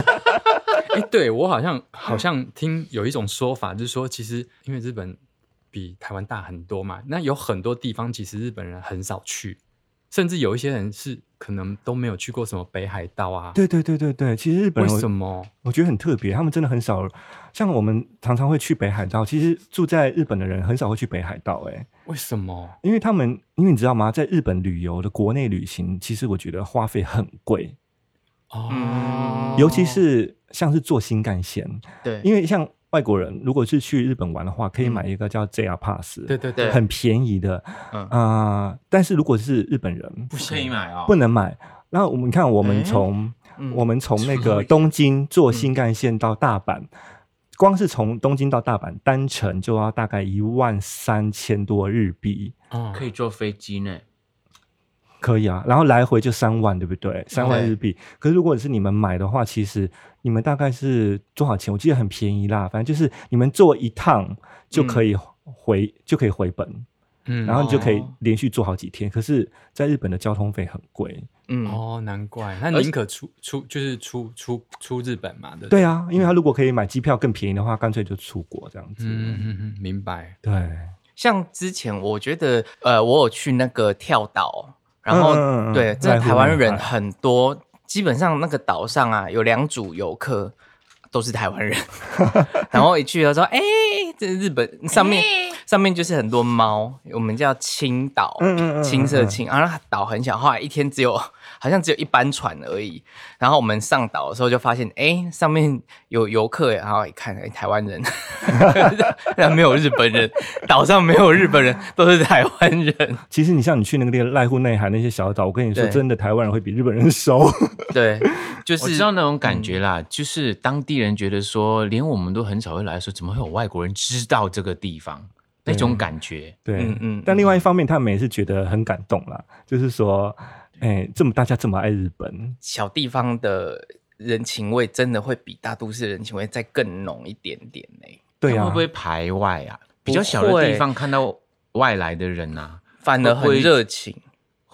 D: 哎，对我好像好像听有一种说法，就是说其实因为日本比台湾大很多嘛，那有很多地方其实日本人很少去，甚至有一些人是可能都没有去过什么北海道啊。
E: 对对对对对，其实日本
D: 为
E: 人我
D: 什么？
E: 我觉得很特别，他们真的很少，像我们常常会去北海道，其实住在日本的人很少会去北海道、欸，
D: 为什么？
E: 因为他们，因为你知道吗，在日本旅游的国内旅行，其实我觉得花费很贵，
D: 哦，
F: 嗯
E: 尤其是像是坐新干线，
F: 对，
E: 因为像外国人如果是去日本玩的话，可以买一个叫 JR Pass，、
D: 对对对，
E: 很便宜的，
F: 嗯
E: 呃但是如果是日本人，
B: 不可以买哦，
E: 不能买。然后我们看，我
F: 诶
E: 们从、
F: 嗯
E: 我们从那个东京坐新干线到大阪，
F: 嗯
E: 光是从东京到大阪单程就要大概一万三千多日币，
D: 哦
B: 可以坐飞机呢。
E: 可以啊。然后来回就三万，对不对？三万
F: 嗯对
E: 日币。可是如果是你们买的话，其实你们大概是多少钱？我记得很便宜啦，反正就是你们坐一趟就可
F: 嗯
E: 以回、就可以回本，
D: 嗯
E: 然后你就可以
F: 哦
E: 连续坐好几天。可是，在日本的交通费很贵。
F: 嗯，
D: 哦，难怪，那
F: 而
D: 宁可出出就是出出出日本嘛，对不
E: 对啊，因为他如果可以买机票更便宜的话，干脆就出国这样子。
D: 嗯嗯嗯，明白。
E: 对，
F: 像之前我觉得，呃，我有去那个跳岛，然后、
E: 嗯嗯嗯
F: 对，真
E: 濑
F: 的
E: 户
F: 台湾
E: 内
F: 人
E: 海
F: 很多，基本上那个岛上啊，有两组游客都是台
E: [laughs]
F: 湾人，然后一去他说，哎、这是日本上面、上面就是很多猫，我们叫青岛，
E: 嗯嗯嗯
F: 青色青，然后它岛很小，后来一天只有好像只有一班船而已，然后我们上岛的时候就发现，哎，上面有游客耶，然后一看，哎，台
E: [laughs]
F: 湾人， [laughs] 但没有日本人，岛上没有日本人，都是台湾
E: [laughs]
F: 人。
E: 其实你像你去那个地方濑户内海那些小岛，我跟你说，
F: 对
E: 真的台湾人会比日本人熟。
F: 对，就
B: 我
F: 是
B: 知道那种感觉啦，就是当地人觉得说，连我们都很少会来说，怎么会有外国人知道这个地方？那种感觉，
E: 对，
F: 嗯嗯
E: 但另外一方面，他们也是觉得很感动啦，就是说，哎，这么大家这么爱日本，
F: 小地方的人情味，真的会比大都市人情味再更浓一点点呢、
E: 对
B: 他
E: 啊，
B: 会不会排外啊？比
F: 不会
B: 较小的地方看到外来的人啊，
F: 反而很热情。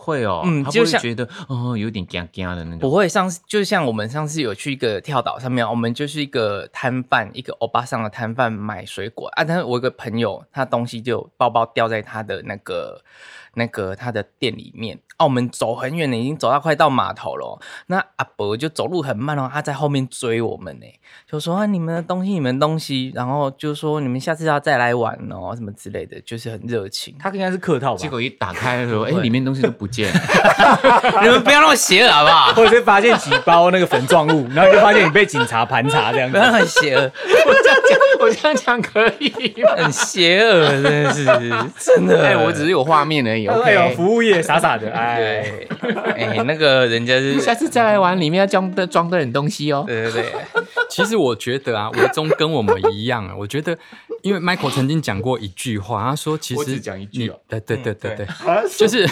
B: 会哦，
F: 嗯
B: 他
F: 就
B: 不会
F: 像
B: 觉得哦有点尴尬的那
F: 不
B: 种。
F: 会上次，就像我们上次有去一个跳岛上面，我们就是一个摊贩，一个欧巴桑的摊贩买水果啊。但是我有个朋友，他东西就包包掉在他的那个那个他的店里面啊。我们走很远了，已经走到快到码头了哦。那阿伯就走路很慢哦，他在后面追我们呢，就说啊你们的东西，你们的东西，然后就说你们下次要再来玩哦，什么之类的，就是很热情。
C: 他应该是客套吧
B: 结？果一打开的时候，哎
F: 不，会
B: 里面东西都不见了。
F: 你们不要那么邪恶好不好？
C: 或者是发现几包那个粉状物，然后就发现你被警察盘查这样
F: 不 [laughs]
C: 子
F: 要。那么邪恶。
B: 我这样讲， [laughs] 我这样讲可以吗？
F: 很邪恶，真的是真的。
B: 哎，我只是有画面而已。
C: 哎呦，
B: OK，
C: 服务业傻傻的，哎，
F: 对，哎、那个人家 [laughs] 是，
B: 下次再来玩，里面要装的装的点东西哦。
F: 对对对，
D: 其实我觉得啊，维中跟我们一样啊，我觉得，因为 Michael 曾经讲过一句话，他说其
B: 我
D: 实
B: 只讲一句哦
D: 你对对对对对，
F: 对
D: 就是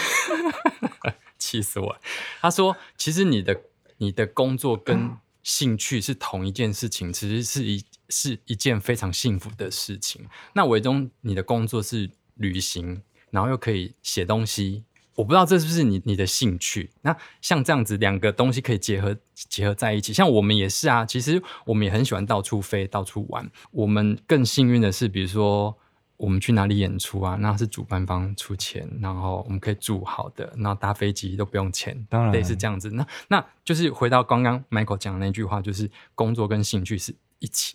D: 气死我了。他说，其实你的你的工作跟兴趣是同一件事情，其实是一是一件非常幸福的事情。那伟中，你的工作是旅行，然后又可以写东西，我不知道这是不是你你的兴趣。那像这样子两个东西可以结合结合在一起，像我们也是啊，其实我们也很喜欢到处飞、到处玩。我们更幸运的是，比如说我们去哪里演出啊，那是主办方出钱，然后我们可以住好的，然后搭飞机都不用钱，
E: 当然
D: 类似这样子。那那就是回到刚刚 Michael 讲的那句话，就是工作跟兴趣是一起。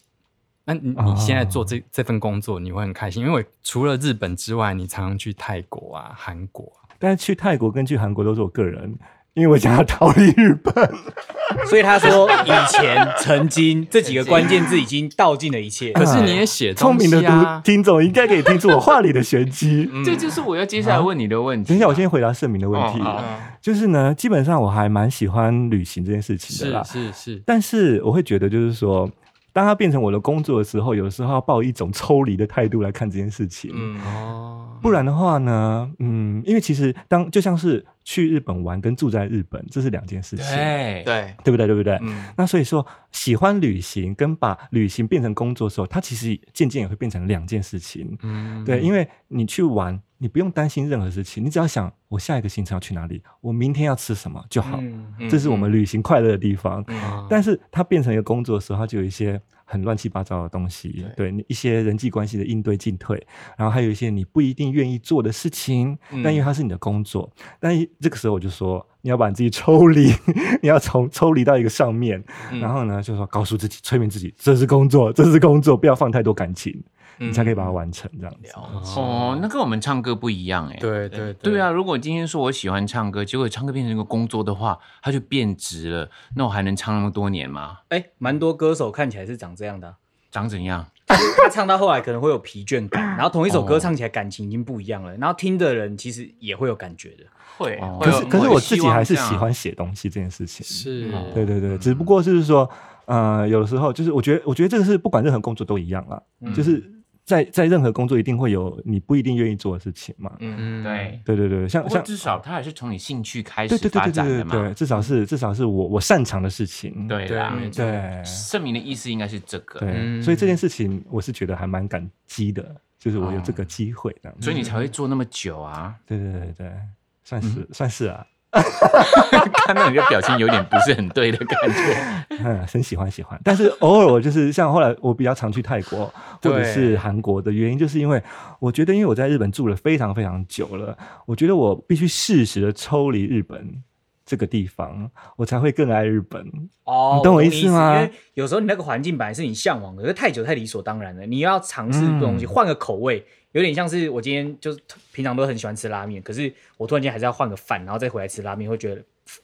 D: 那你你现在做这、这份工作，你会很开心，因为除了日本之外，你常常去泰国啊、韩国啊
E: 但是去泰国跟去韩国都是我个人，因为我想要逃离日本。 [laughs]
C: 所以他说以前、曾经这几个关键字已经道尽了一切。
D: 可是你也写东
E: 聪明的
D: 西
E: 读
D: 啊，
E: 听众应该可以听出我话里的玄机。
B: 这就是我要接下来问你的问题。
E: 等一下，我先回答盛明的问题。
B: 哦好
F: 嗯
E: 就是呢，基本上我还蛮喜欢旅行这件事情的
D: 是
E: 啦。
D: 是是，
E: 但是我会觉得，就是说，当它变成我的工作的时候，有的时候要抱一种抽离的态度来看这件事情。
F: 嗯，
D: 哦，
E: 不然的话呢，嗯，因为其实当就像是去日本玩跟住在日本，这是两件事情，
B: 对，
F: 对，
E: 对不对？对不对？
F: 嗯，
E: 那所以说，喜欢旅行跟把旅行变成工作的时候，它其实渐渐也会变成两件事情。
D: 嗯
E: 对，因为你去玩，你不用担心任何事情，你只要想我下一个行程要去哪里，我明天要吃什么就好。
C: 嗯，
E: 这是我们旅行快乐的地方。
D: 啊
E: 但是它变成一个工作的时候，它就有一些很乱七八糟的东西，对你一些人际关系的应对进退，然后还有一些你不一定愿意做的事情，但因为它是你的工作，但一这个时候我就说，你要把你自己抽离， [laughs] 你要从抽离到一个上面，
F: 嗯
E: 然后呢，就说告诉自己，催眠自己，这是工作，这是工作，不要放太多感情，
F: 嗯
E: 你才可以把它完成这样子。
B: 哦，那跟我们唱歌不一样哎。
D: 对对
B: 对啊，，如果今天说我喜欢唱歌，结果唱歌变成一个工作的话，它就变质了。那我还能唱那么多年吗？
C: 哎，蛮多歌手看起来是长这样的啊、
B: 长怎样？
C: 他唱到后来可能会有疲倦
E: [coughs]
C: 感，然后同一首歌唱起来感情已经不一样了，然后听的人其实也会有感觉的。
F: 会，
B: 哦
F: 会
E: 可
F: 有
E: 是，可是我自己还是
B: 我希望这
E: 喜
B: 样
E: 欢写东西这件事情。
D: 是，
B: 嗯
E: 对对对，只不过就是说，呃，有的时候就是我觉得，我觉得这个是不管任何工作都一样啦，
B: 嗯
E: 就是在在任何工作一定会有你不一定愿意做的事情嘛。
F: 嗯，
B: 对，
E: 对对对，像
B: 不过
E: 像
B: 至少它还是从你兴趣开
E: 对
B: 始
E: 对对
B: 发
E: 对
B: 展
E: 对
B: 的
E: 对对，
B: 嘛。
E: 至少是至少是我我擅长的事情。
B: 对啊
D: 对
B: 啦，
D: 没错
E: 对
B: 盛明的嗯意思应该是这个，
E: 对，所以这件事情我是觉得还蛮感激的，就是我有
B: 啊
E: 这个机会这样子。
B: 所以你才会做那么久啊。
E: 对对对对，
B: 嗯
E: 算是算是啊，
B: 看到你的表情有点不是很对的感觉。
E: 嗯， [laughs] 很喜欢喜欢，但是偶尔我就是像后来我比较常去泰国或者是韩国的原因，就是因为我觉得因为我在日本住了非常非常久了，我觉得我必须适时的抽离日本这个地方，我才会更爱日本。
C: 哦
E: 你懂我
C: 意
E: 意思吗
C: 因为有时候你那个环境本来是你向往的，可是太久太理所当然了，你要尝试不同东西，
E: 嗯
C: 换个口味，有点像是我今天就是平常都很喜欢吃拉面，可是我突然间还是要换个饭，然后再回来吃拉面，会觉得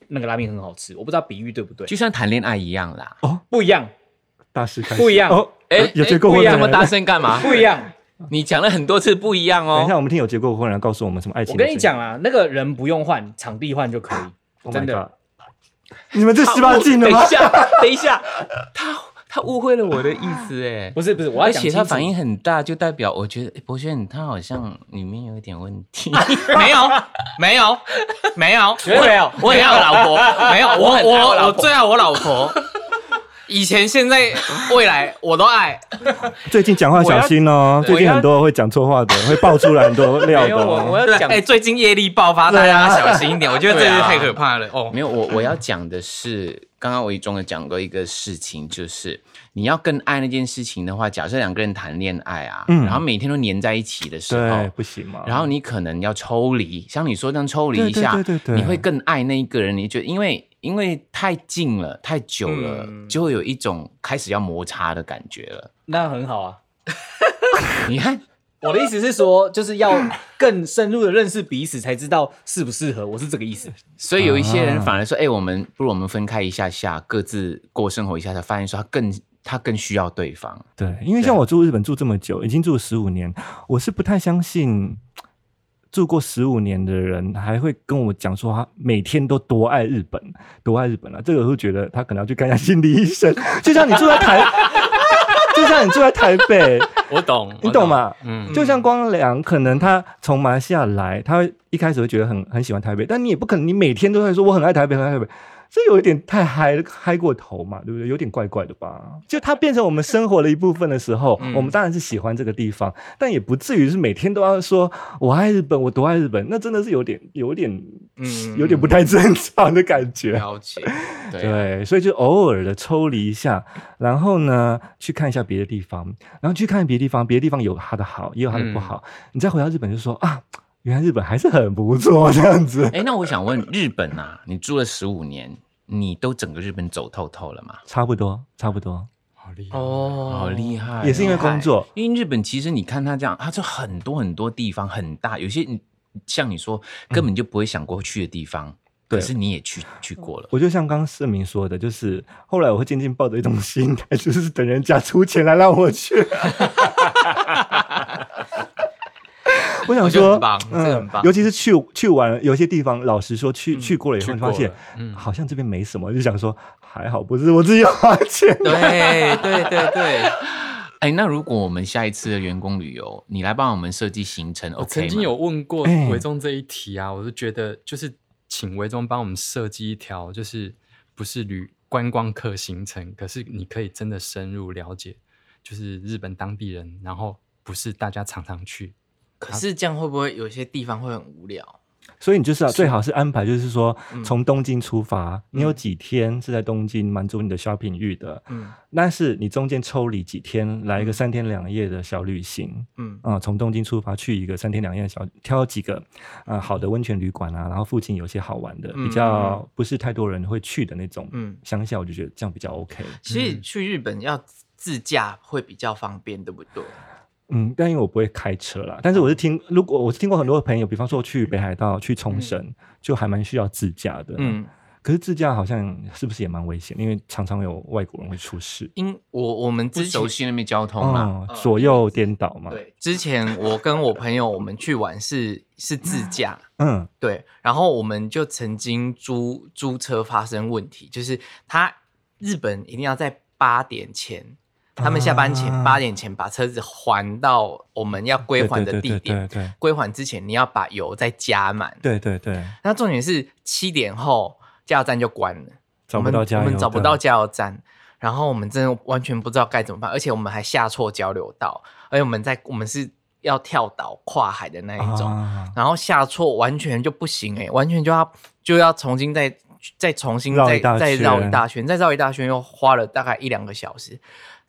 C: 那个拉面很好吃。我不知道比喻对不对，
B: 就像谈恋爱一样啦。
C: 不一样，
E: 大师开始
C: 不一样
E: 哦，
B: 哎、
E: 有有
B: 哎
E: 结过
B: 不
E: 婚
B: 一
E: 的
B: 样，这么
E: 人
B: 大声干嘛？
C: 不一
E: 啊
C: 样。
B: [laughs] 你讲了很多次不一样
E: 等一下
B: 哦。
E: 我们听有结过婚，然后告诉我们什么爱情。
C: 我跟你讲，啦，那个人不用换，场地换就可以，
E: Oh my
C: 真的
E: God。你哦们这十八禁
B: [laughs]
E: 的
B: 等
E: 吗
B: 一？下，等一
F: [laughs]
B: 下，他他误会了我的意思哎。
C: 不是不是，我要
B: 而
C: 讲
B: 且
C: 清
B: 他
C: 楚。
B: 反应很大，就代表我觉得诶博轩他好像里面有一点问题。
F: 没有，没有，
B: [laughs]
F: 没有，
C: 绝对没有
F: 我很爱我老婆，没有，我
B: 很爱我
F: 我
B: 老
F: 我
B: 婆
F: 最爱我
B: [laughs]
F: 老婆，以前、现在、未来我
B: [laughs]
F: 都爱。
E: 最近讲话小心哦，最近很多会讲错话的，会爆出来很多料
B: 没
E: 的
B: 有，我我
E: 哦。
B: 要
F: 对，
B: 讲啊
F: 哎、最近业力爆发，大家小心一点，我觉得这是太可怕了。哦，
B: [laughs] 没有，我我要讲的是，刚刚我一中有讲过一个事情，就是你要更爱那件事情的话，假设两个人谈恋爱啊，
E: 嗯
B: 然后每天都黏在一起的时
E: 对，
B: 候。
E: 不行嘛。
B: 然后你可能要抽离，像你说这样抽离
E: 对
B: 一
E: 对
B: 下，
E: 对对对
B: 你会更爱那一个人。你觉得，因为因为太近了，太久了，就会有一种开始要摩擦的感觉了。
C: 那很好啊。
B: 你看，
C: 我的意思是说，就是要更深入的认识彼此，才知道适不适合。我是这个意思。
B: 所以有一些人
E: 啊
B: 反而说：“哎、我们不如我们分开一下下，各自过生活一下。”才发现说他更他更需要对方。
E: 对，因为像我住日本住这么久，已经住十五年，我是不太相信住过十五年的人还会跟我讲说他每天都多爱日本，多爱日本啊。这个我会觉得他可能要去看一下心理医生。就像你住在台，就像你住在台北，
D: 我懂，
E: 你
D: 我
E: 懂？吗？
D: 嗯，
E: 就像光良，可能他从马来西亚来，他会一开始会觉得很很喜欢台北，但你也不可能你每天都在说我很爱台北，很爱台北。这有一点太嗨嗨过头嘛，对不对？有点怪怪的吧？就它变成我们生活的一部分的时候，我们当然是喜欢这个地方，但也不至于是每天都要说我爱日本，我多爱日本，那真的是有点有点
F: 嗯
E: 有点不太正常的感觉。
B: 啊
F: 了解，
B: 对啊
E: 对，所以就偶尔的抽离一下，然后呢，去看一下别的地方，然后去看别的地方，别的地方有它的好，也有它的不
B: 嗯
E: 好。你再回到日本就说啊，原来日本还是很不错这样子。
B: 哎，那我想问，日本啊，你住了十五年，你都整个日本走透透了吗？
E: 差不多，差不多，
D: 好厉害
F: 哦，
B: 好厉害哦、
E: 也是因为工作。
B: 因为日本其实你看它这样，它就很多很多地方很大，有些你像你说根本就不会想过去的地方，
E: 嗯对
B: 可是你也去去过了。
E: 我就像刚刚市民说的，就是后来我会渐渐抱着一种心态， [laughs] 就是等人家出钱来让我去。 [laughs] 我想
F: 我觉
E: 说嗯
F: 得很棒，这个很棒嗯
E: 尤其是去去玩，有些地方，老实说，去去过了以后，
D: 去
E: 你
D: 过
E: 发现
D: 了，嗯
E: 好像这边没什么，就想说还好不是我自己花钱。 [laughs]
F: 对对对对，
B: 哎，那如果我们下一次的员工旅游，你来帮我们设计行程
D: 我
B: ，OK
D: 曾经
B: 吗
D: 有问过
E: 哎
D: 维中这一题啊，我就觉得就是请维中帮我们设计一条，就是不是旅观光客行程，可是你可以真的深入了解，就是日本当地人，然后不是大家常常去，
F: 可是这样会不会有些地方会很无聊？
E: 所以你就是、啊、最好是安排，就是说
F: 嗯
E: 从东京出发，你有几天是在东京满足你的 shopping 欲的，
F: 嗯
E: 但是你中间抽离几天，来一个三天两夜的小旅行。
F: 嗯
E: 啊、从东京出发去一个三天两夜的小，挑几个啊、呃好的温泉旅馆啊，然后附近有些好玩的，
F: 嗯
E: 比较不是太多人会去的那种
F: 嗯，
E: 乡下，我就觉得这样比较 OK。
F: 所以去日本要自驾会比较方便，对不对？
E: 嗯，但因为我不会开车啦，但是我是
F: 哦
E: 听，如果我是听过很多朋友，比方说去北海道、去冲绳，就还蛮需要自驾的。嗯，
F: 嗯，
E: 可是自驾好像是不是也蛮危险？因为常常有外国人会出事，
F: 因我我们
B: 不
F: 之前
B: 熟悉那边交通啦、
E: 哦，左右颠倒嘛。，
F: 呃对之前我跟我朋友我们去玩是是自驾。
E: 嗯，
F: 对，然后我们就曾经租租车发生问题，就是他日本一定要在八点前，他们下班前
E: 啊
F: 八点前把车子还到我们要归还的地
E: 对对对
F: 点。
E: 对
F: 归还之前，你要把油再加满。
E: 对对对对，
F: 那重点是七点后加油站就关了，
E: 找不到家
F: 我
E: 油
F: 们，我们找不到
E: 对
F: 加油站，然后我们真的完全不知道该怎么办，而且我们还下错交流道，而且我们在我们是要跳岛跨海的那一种，
E: 啊
F: 然后下错完全就不行哎、完全就要就要重新再再重新
E: 绕
F: 再
E: 一大
F: 再
E: 圈
F: 绕一大圈，再绕一大圈又花了大概一两个小时，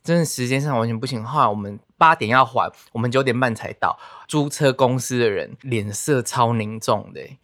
F: 真的时间上完全不行。后来我们八点要还，我们九点半才到，租车公司的人脸色超凝重的欸、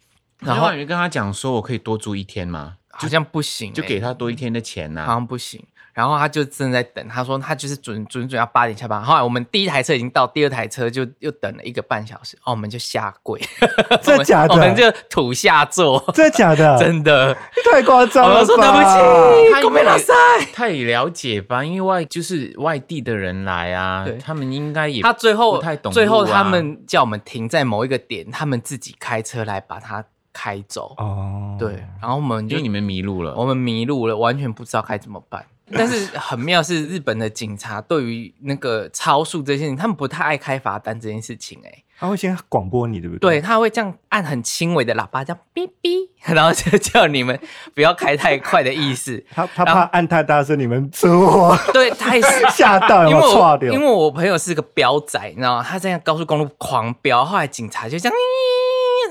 B: 然
F: 然
B: 后
F: 后
B: 啊你就跟他讲说，我可以多住一天吗？
F: 好像不行欸、
B: 就给他多一天的钱呐、
F: 好像不行。然后他就正在等，他说他就是准准准要八点下班。后来我们第一台车已经到，第二台车就又等了一个半小时，哦，我们就下跪，
E: [laughs] 真的假的
F: [laughs] 我们我们就土下座，
E: 真的假的？
F: [laughs] 真的。
E: 太夸张
F: 我
E: 了吧！
F: 们哦说对不起，公
B: 公
F: 没
B: 平
F: 老
B: 了
F: 塞
B: 塞。他也了解吧，因为外就是外地的人来啊
F: 对，
B: 他们应该也
F: 他最后
B: 不太懂、啊
F: 最后他。们叫我们停在某一个点，他们自己开车来把它开走。
E: 哦，
F: 对，然后我们
B: 因
F: 就
B: 为你们迷路了，
F: 我们迷路了，完全不知道该怎么办。但是很妙是日本的警察对于那个超速这件事情，他们不太爱开罚单这件事情、欸。哎，
E: 他会先广播你，对不
F: 对，
E: 对？，
F: 他会这样按很轻微的喇叭，这样哔哔， [laughs] 然后就叫你们不要开太快的意思。
E: 他他怕按太大声，你们整我
F: 对，太
E: [laughs] 吓到，
F: 因
E: 然
F: 为
E: 后
F: 我
E: 错掉
F: 因。为我朋友是个飙仔，你知道吗？他在高速公路狂飙，后来警察就这样，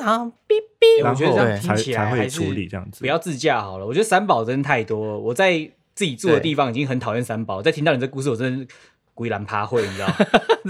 F: 咦然后哔哔，
E: 然
C: 哎我
E: 后
C: 觉得这样
E: 才
C: 听起来
E: 才会
C: 还是
E: 处理这样子，
C: 不要自驾好了。我觉得三宝真的太多了，我在自己住的地方已经很讨厌三宝，在听到你这故事，我真的是鬼兰趴会，你
E: [laughs]
C: 知道吗？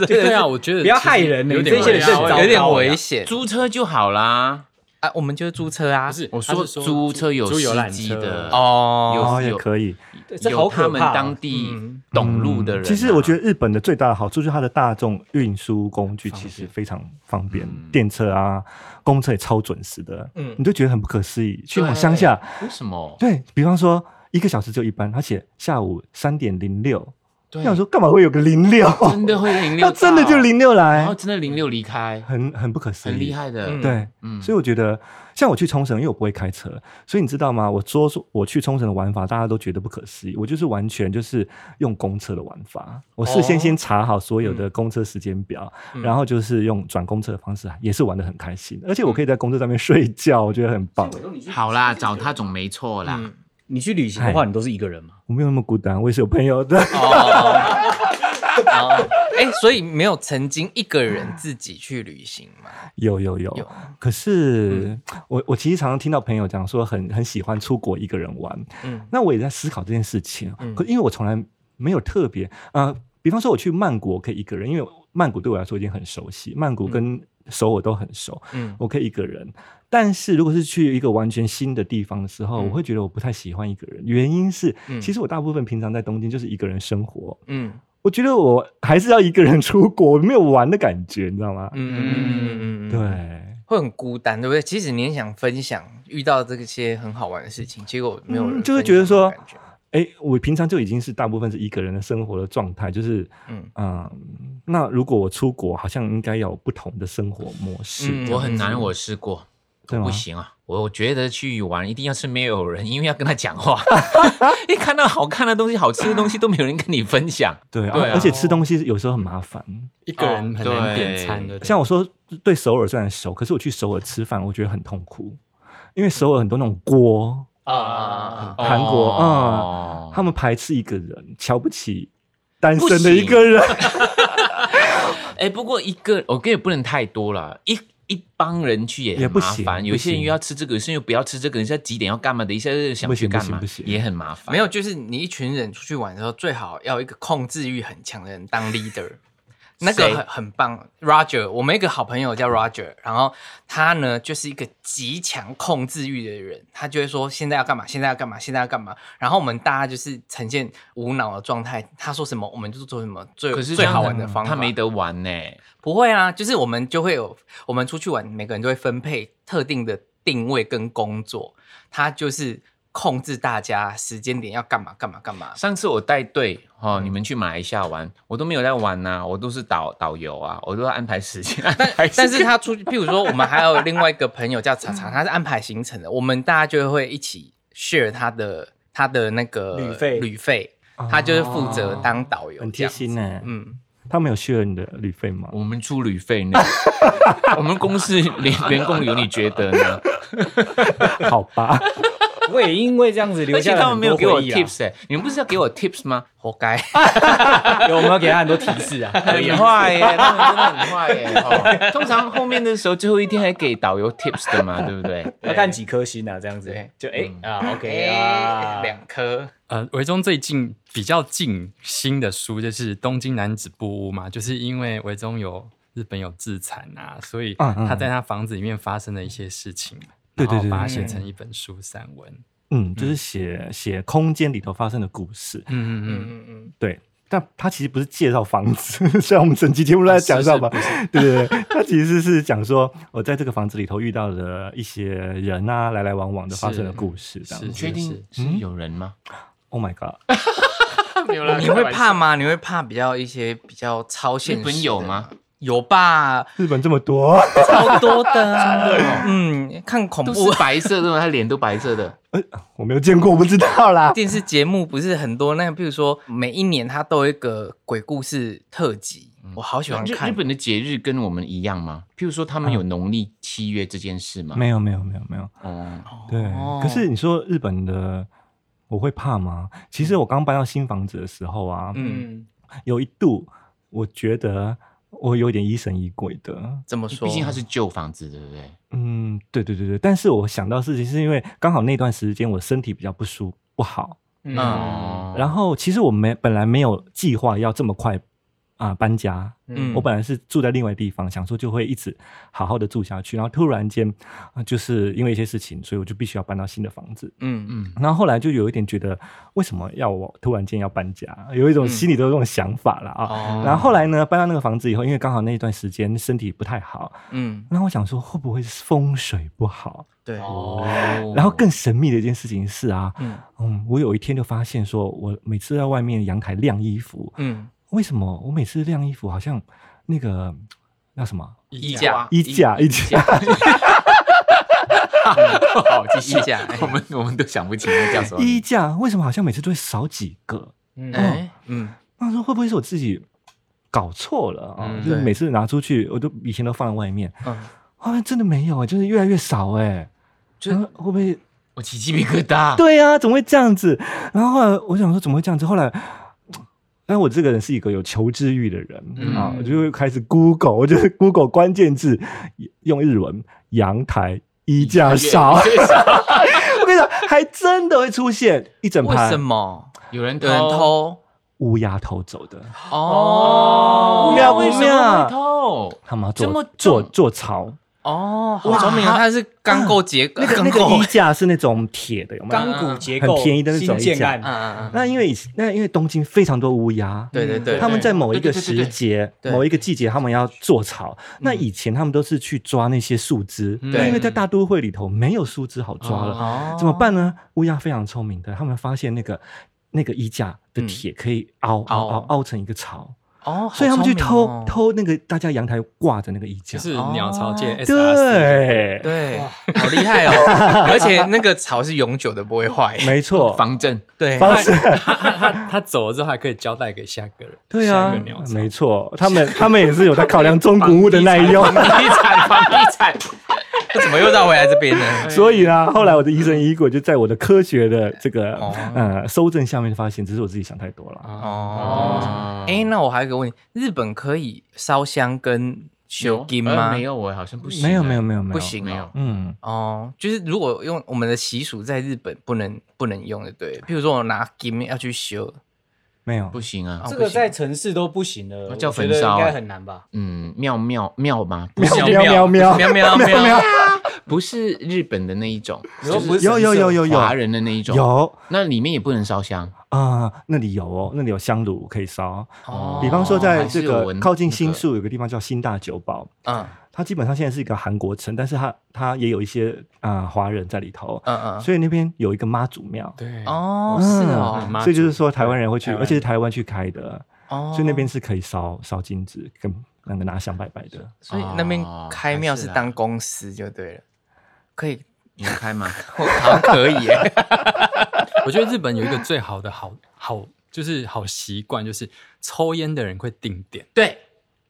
D: 对啊，我觉得
C: 不要
D: 其实
C: 害人呢欸
D: 有
C: 这
D: 点
C: 些人
D: 危
C: 是很
D: 险
C: 糟
F: 有
C: 糕
F: 点
C: 的啊
F: 危险
B: 租车就好啦。
F: 啊！我们就是租车啊，
D: 不是
B: 我
D: 他
B: 说
D: 是说
B: 租车有
D: 租游
B: 司
D: 览
B: 机
D: 车
B: 的
F: 哦，
E: 哦，
B: 有
E: 也可以。嗯
C: 对这好
B: 有
C: 可怕
B: 他
C: 哦
B: 们当地懂路的人、啊
E: 其实我觉
B: 得，
E: 得日本的最大的好处就是它的大众运输工具其实非常方便，电车啊、公车也超准时的。
F: 嗯
E: 嗯，你就觉得很不可思议。去那种乡下，
B: 为什么？
E: 对比方说一个小时只有一班，而且下午三点零六，
B: 对
E: 我想说干嘛会有个零六？
B: 真的会零六，啊
E: 他真的就，零六
B: 然
E: 来
B: 后，真的零六离开，
E: [laughs] 很很不可思议，
B: 很厉害的。
F: 嗯
E: 对，
B: 嗯
E: 所以我觉得，像我去冲绳，因为我不会开车，所以你知道吗？我说说我去冲绳的玩法，大家都觉得不可思议。我就是完全就是用公车的玩法，我
F: 哦
E: 事先先查好所有
F: 嗯
E: 的公车时间表，然后就是用转公车的方式，也是玩的很
F: 嗯
E: 开心。而且我可以在公车上面睡觉，我觉得很棒。
B: 好啦，找他总没错啦。
F: 嗯
C: 你去旅行的话，你都是一个人吗？
E: 我没有那么孤单，我也是有朋友的。
F: 哦，哦哎，所以没有曾经一个人自己去旅行嘛？
E: 有有有，
F: 有嗯
E: 可是、我我其实常常听到朋友讲说很很喜欢出国一个人玩，
F: 嗯
E: 那我也在思考这件事情。啊
F: 嗯
E: 可因为我从来没有特别呃，比方说我去曼谷，我可以一个人，因为曼谷对我来说已经很熟悉，曼谷跟首尔都很熟，
F: 嗯，
E: 我可以一个人。但是如果是去一个完全新的地方的时候，
F: 嗯
E: 我会觉得我不太喜欢一个人，原因是
F: 嗯
E: 其实我大部分平常在东京就是一个人生活。
F: 嗯
E: 我觉得我还是要一个人出国，我没有玩的感觉，你知道吗
F: 嗯？嗯嗯嗯嗯，
E: 对，，
F: 会很孤单，对不对？其实你也想分享遇到这些很好玩的事情，结果没有人
E: 嗯
F: 分享的感、
E: 就会觉得说哎，我平常就已经是大部分是一个人的生活的状态，就是
F: 嗯
E: 嗯，那如果我出国，好像应该有不同的生活模式。
F: 嗯
B: 我很难，我试过，
E: 对
B: 我不
E: 吗
B: 行啊！我我觉得去玩一定要是没有人，因为要跟他讲话， [laughs] 一看到好看的东西、好吃的东西都没有人跟你分享。
E: 对啊，
B: 对啊
E: 而且吃东西有时候很麻烦。
D: 一个人很
B: 哦
D: 难
B: 对
D: 点餐的。
E: 像我说对首尔虽然熟，可是我去首尔吃饭，我觉得很痛苦，因为首尔很多那种锅，
C: [laughs]
F: 啊，
E: 韩国嗯
B: 哦
E: 他们排斥一个人，瞧不起单身的一个
B: [laughs]
E: 人。
B: 哎，不过一个我跟也不能太多了，一一帮人去也
E: 也
B: 很
E: 不
B: 麻
E: 行
B: 烦。
E: 不
B: 有些人
E: 行
B: 又要吃这个，有些人又不要吃这个，人家几点要干嘛的，一下又想
E: 不
B: 去
E: 行不
B: 干
E: 行
B: 嘛
E: 不，行
B: 也很麻烦。
F: 没有，就是你一群人出去玩的时候，最好要有一个控制欲很强的人
B: [laughs]
F: 当 leader。那个
B: 谁
F: 很很棒，Roger，我们有一个好朋友叫 Roger，然后他呢就是一个极强控制欲的人，他就会说现在要干嘛，现在要干嘛，现在要干嘛，然后我们大家就是呈现无脑的状态，他说什么我们就做什么，最
B: 可是这
F: 最
B: 样
F: 好
B: 子
F: 玩的方法。
B: 他没得玩呢、
F: 不会啊，就是我们就会有，我们出去玩，每个人都会分配特定的定位跟工作，他就是控制大家时间点要干嘛干嘛
E: [laughs]
F: 干嘛。
B: 上次我带队哦，你们去马来西亚玩，我都没有在玩呐、我都是导导游啊，我都要安排时间。 [laughs] 但
F: 但是他出去，譬如说，我们还有另外一个朋友叫
E: [laughs]
F: 查查，他是安排行程的，我们大家就会一起 share 他的他的那个
C: 旅费
F: 旅费，他就是负责当导游，
E: 哦很贴心呢、
F: 呢。嗯，
E: 他们有削你的旅费吗？
B: 我们出旅费呢， [laughs] 我们公司 [laughs] 员员工有你觉得呢？
E: 好
B: [laughs]
E: 吧，
C: 我也因为这样子留
B: 而且
C: 下
B: 他们
C: 了很
B: [laughs] 没有
C: 多
B: 给我
C: 回忆啊。
B: tips 哎、你们不是要给我 tips [laughs] 吗？
F: 活该。
C: 有我们要给他很多提示
B: [laughs]
C: 啊。可以
B: 很
C: 啊
B: 坏耶、他们真的很坏耶、哦通常后面的时候，最后一天还给导游 tips 的 [laughs] 嘛，对不对？
C: 要看几颗星啊，这样子
F: 对
C: 就哎
F: [laughs]
C: 啊，OK
F: 哎
C: 啊，
F: 两颗，
D: 呃，维中最近比较近新的书就是《东京男子布屋》嘛，就是因为维中有日本有自残啊，所以
E: 嗯嗯
D: 他在他房子里面发生的一些事情，
E: 对对
D: 然后
E: 对
D: 把它
E: 对
D: 写
E: 对
D: 成一本书散文。
E: 嗯，就是写写空间里头发生的故事。
D: 嗯嗯嗯。
F: 嗯嗯嗯，
E: 对，但他其实不是介绍房子， [laughs] 虽然我们整期节目都在
D: 哦
E: 讲到吧， [laughs] 对对对，他其实是讲说我在这个房子里头遇到的一些人啊，来来往往的发生的故事，这样
D: 是
E: 子。
B: 确定是嗯有人吗？
E: Oh my god！
B: 没有
C: 啊
B: 啦
F: 你会怕？吗？你会怕比较一些比较超现实？
B: 日本有吗？
F: 有吧，
E: 日本这么多， [laughs]
F: 超多
B: [laughs]
F: 的啊。嗯，看恐
B: 都 [laughs]
F: 怖
B: 是白色的吗？他脸都白色的。
E: 我没有见过，我不知
D: [laughs]
E: 道啦。
F: [laughs] 电视节目不是很多，那个比如说每一年它都有一个鬼故事特辑，我好喜欢
B: 日
F: 看。
B: 日本的节日跟我们一样吗？譬如说他们有农历七月这件事吗？
E: 嗯没有没有没有没有，
B: 哦，
E: 对。
F: 哦
E: 可是你说日本的，我会怕吗？其
D: 嗯
E: 实我刚搬到新房子的时候啊，
F: 嗯，
E: 有一度我觉得我有点疑神疑鬼的，
F: 怎么说？
B: 毕竟它是旧房子，对不对？
E: 嗯，对对对对，但是我想到事情是因为刚好那段时间我身体比较不舒不好，
F: 嗯
B: 哦，
E: 然后其实我没本来没有计划要这么快啊、搬家，
F: 嗯
E: 我本来是住在另外地方，想说就会一直好好的住下去，然后突然间啊、就是因为一些事情，所以我就必须要搬到新的房子。
F: 嗯嗯
B: 嗯，
E: 然后后来就有一点觉得，为什么要我突然间要搬家？有一种心里都有这种想法了啊。
F: 嗯哦
E: 然后后来呢，搬到那个房子以后，因为刚好那一段时间身体不太好，
F: 嗯，
E: 然后我想说会不会是风水不好？
F: 对，
B: 哦，
E: 然后更神秘的一件事情是啊，
F: 嗯
E: 嗯，我有一天就发现说，我每次在外面阳台晾衣服，
F: 嗯
E: 为什么我每次晾衣服好像那个那什么
B: 啊衣
F: 架
E: 衣架衣架，
B: 好，继续
F: 衣架哎
B: [laughs] 我们我们都想不起那叫什么名字。
E: 衣架为什么好像每次都会少几个？
F: 哎
E: 哎
F: 嗯
E: 那时候会不会是我自己搞错了啊？
B: 嗯
E: 就是
F: 对
E: 每次拿出去，我都以前都放在外面，
F: 嗯，
E: 啊，真的没有，就是越来越少哎、
F: 就
E: 然后会不会
B: 我起鸡皮疙瘩。
E: [laughs] 对啊，怎么会这样子？然后后来我想说怎么会这样子？后来，但我这个人是一个有求知欲的人、啊，我就会开始 Google，我就是 Google 关键字，用日文阳台 [laughs] 衣架
B: 少，
E: 少。我跟你讲，还真的会出现一整
F: 为什
E: 排
F: 么
B: 有人
F: 有人偷？
E: 乌鸦偷走的，
F: 哦，
E: 妙不妙？
B: 偷？
E: 他们要
B: 这
E: 做
B: 么
E: 做
B: 重
E: 做巢，
F: 哦，好聪明啊！他是钢构结构，
E: 那个
F: 钢
E: 那个
F: 构
E: 衣，架是那种铁的，有没有？
C: 钢骨结
E: 很
C: 构，
E: 便宜的那种
C: 新建
E: 一架
C: 案
F: 嗯，嗯嗯，
E: 那因为以前那因为东京非常多乌鸦，
F: 对对
B: 嗯
F: 对，
E: 他们在某一
B: 对
E: 个
B: 对对对
E: 时节、
F: 对
E: 某一个季节，他们要做草。那以前他们都是去抓那些树枝，
D: 嗯
E: 但因为在大都会里头没有树枝好抓了，
F: 哦
E: 怎么？办呢？乌鸦非常聪明的，他们发现那个那个衣架的铁可以凹、凹凹
F: 凹
E: 凹成一个巢，
F: 哦，
E: 所以他们去
F: 好
E: 偷、
F: 聪明哦，
E: 偷那个大家阳台挂的那个衣架
D: 就。是啊鸟巢界 S R
E: 对，
F: 对，好厉
E: [laughs]
F: 害哦！而且那个草是永久的，不会坏。
E: 没错，
B: 防震
F: 对，
E: 方式
D: 他他他走了之后还可以交代给下个人，
E: 对啊
D: 下一个鸟巢，
E: [laughs] 没错，他们他们也是有在考量中古屋的耐用。
B: 地产，房地产。
F: 这怎么又绕回来这边呢？
E: [laughs] 所以呢，后来我的疑神疑鬼就在我的科学的这个、
F: 哦啊
E: 呃搜证下面发现，只是我自己想太多了。嗯
F: 哦，哎、那我还有个问题，日本可以烧香跟修金吗？
B: 呃没有，我好像不行。啊
E: 没有没有没有没有，
F: 不行、哦，
B: 没有。
E: 嗯，
F: 哦，就是如果用我们的习俗，在日本不能不能用的，对。譬如说我拿金要去修，
E: 没有
B: 不行啊
F: 哦。
C: 这
F: 不
C: 个
F: 行
C: 在城市都不行了，
B: 那叫
C: 我觉得
B: 焚烧
C: 应该
B: 欸
C: 很难吧？
B: 嗯，妙妙妙吗？不
E: 喵
B: 是
E: 喵
C: 哦
E: 喵
F: 喵喵喵喵，
B: 不是日本的那一种，
C: 如果不是
E: 有有有有有
B: 华人的那一种。
E: 有
B: 那里面也不能烧香。
E: 啊、那里有哦，那里有香炉可以烧。
F: 哦
E: 比方说，在这
B: 还是有
E: 个
B: 闻
E: 靠近新宿有个地方叫新大久保，
F: 嗯
E: 它基本上现在是一个韩国城，但是它它也有一些啊、呃华人在里头，
F: 嗯嗯，
E: 所以那边有一个妈祖庙。
D: 对，
F: 哦，
E: 嗯
F: 是哦，
D: 妈祖
E: 所以就是说台湾人会去，
D: 台湾
E: 而且是台湾去开的，
F: 哦，
E: 所以那边，是可以烧烧金纸跟那个拿香拜拜的。
F: 所以那边
B: 哦
F: 开庙
B: 还是
F: 是
B: 啦
F: 当公司就对了，可以，
B: 你们开 [laughs] 吗？
F: 我好像可以耶，
D: 我觉得日本有一个最好的好好就是好习惯，就是抽烟的人会定点，
B: 对，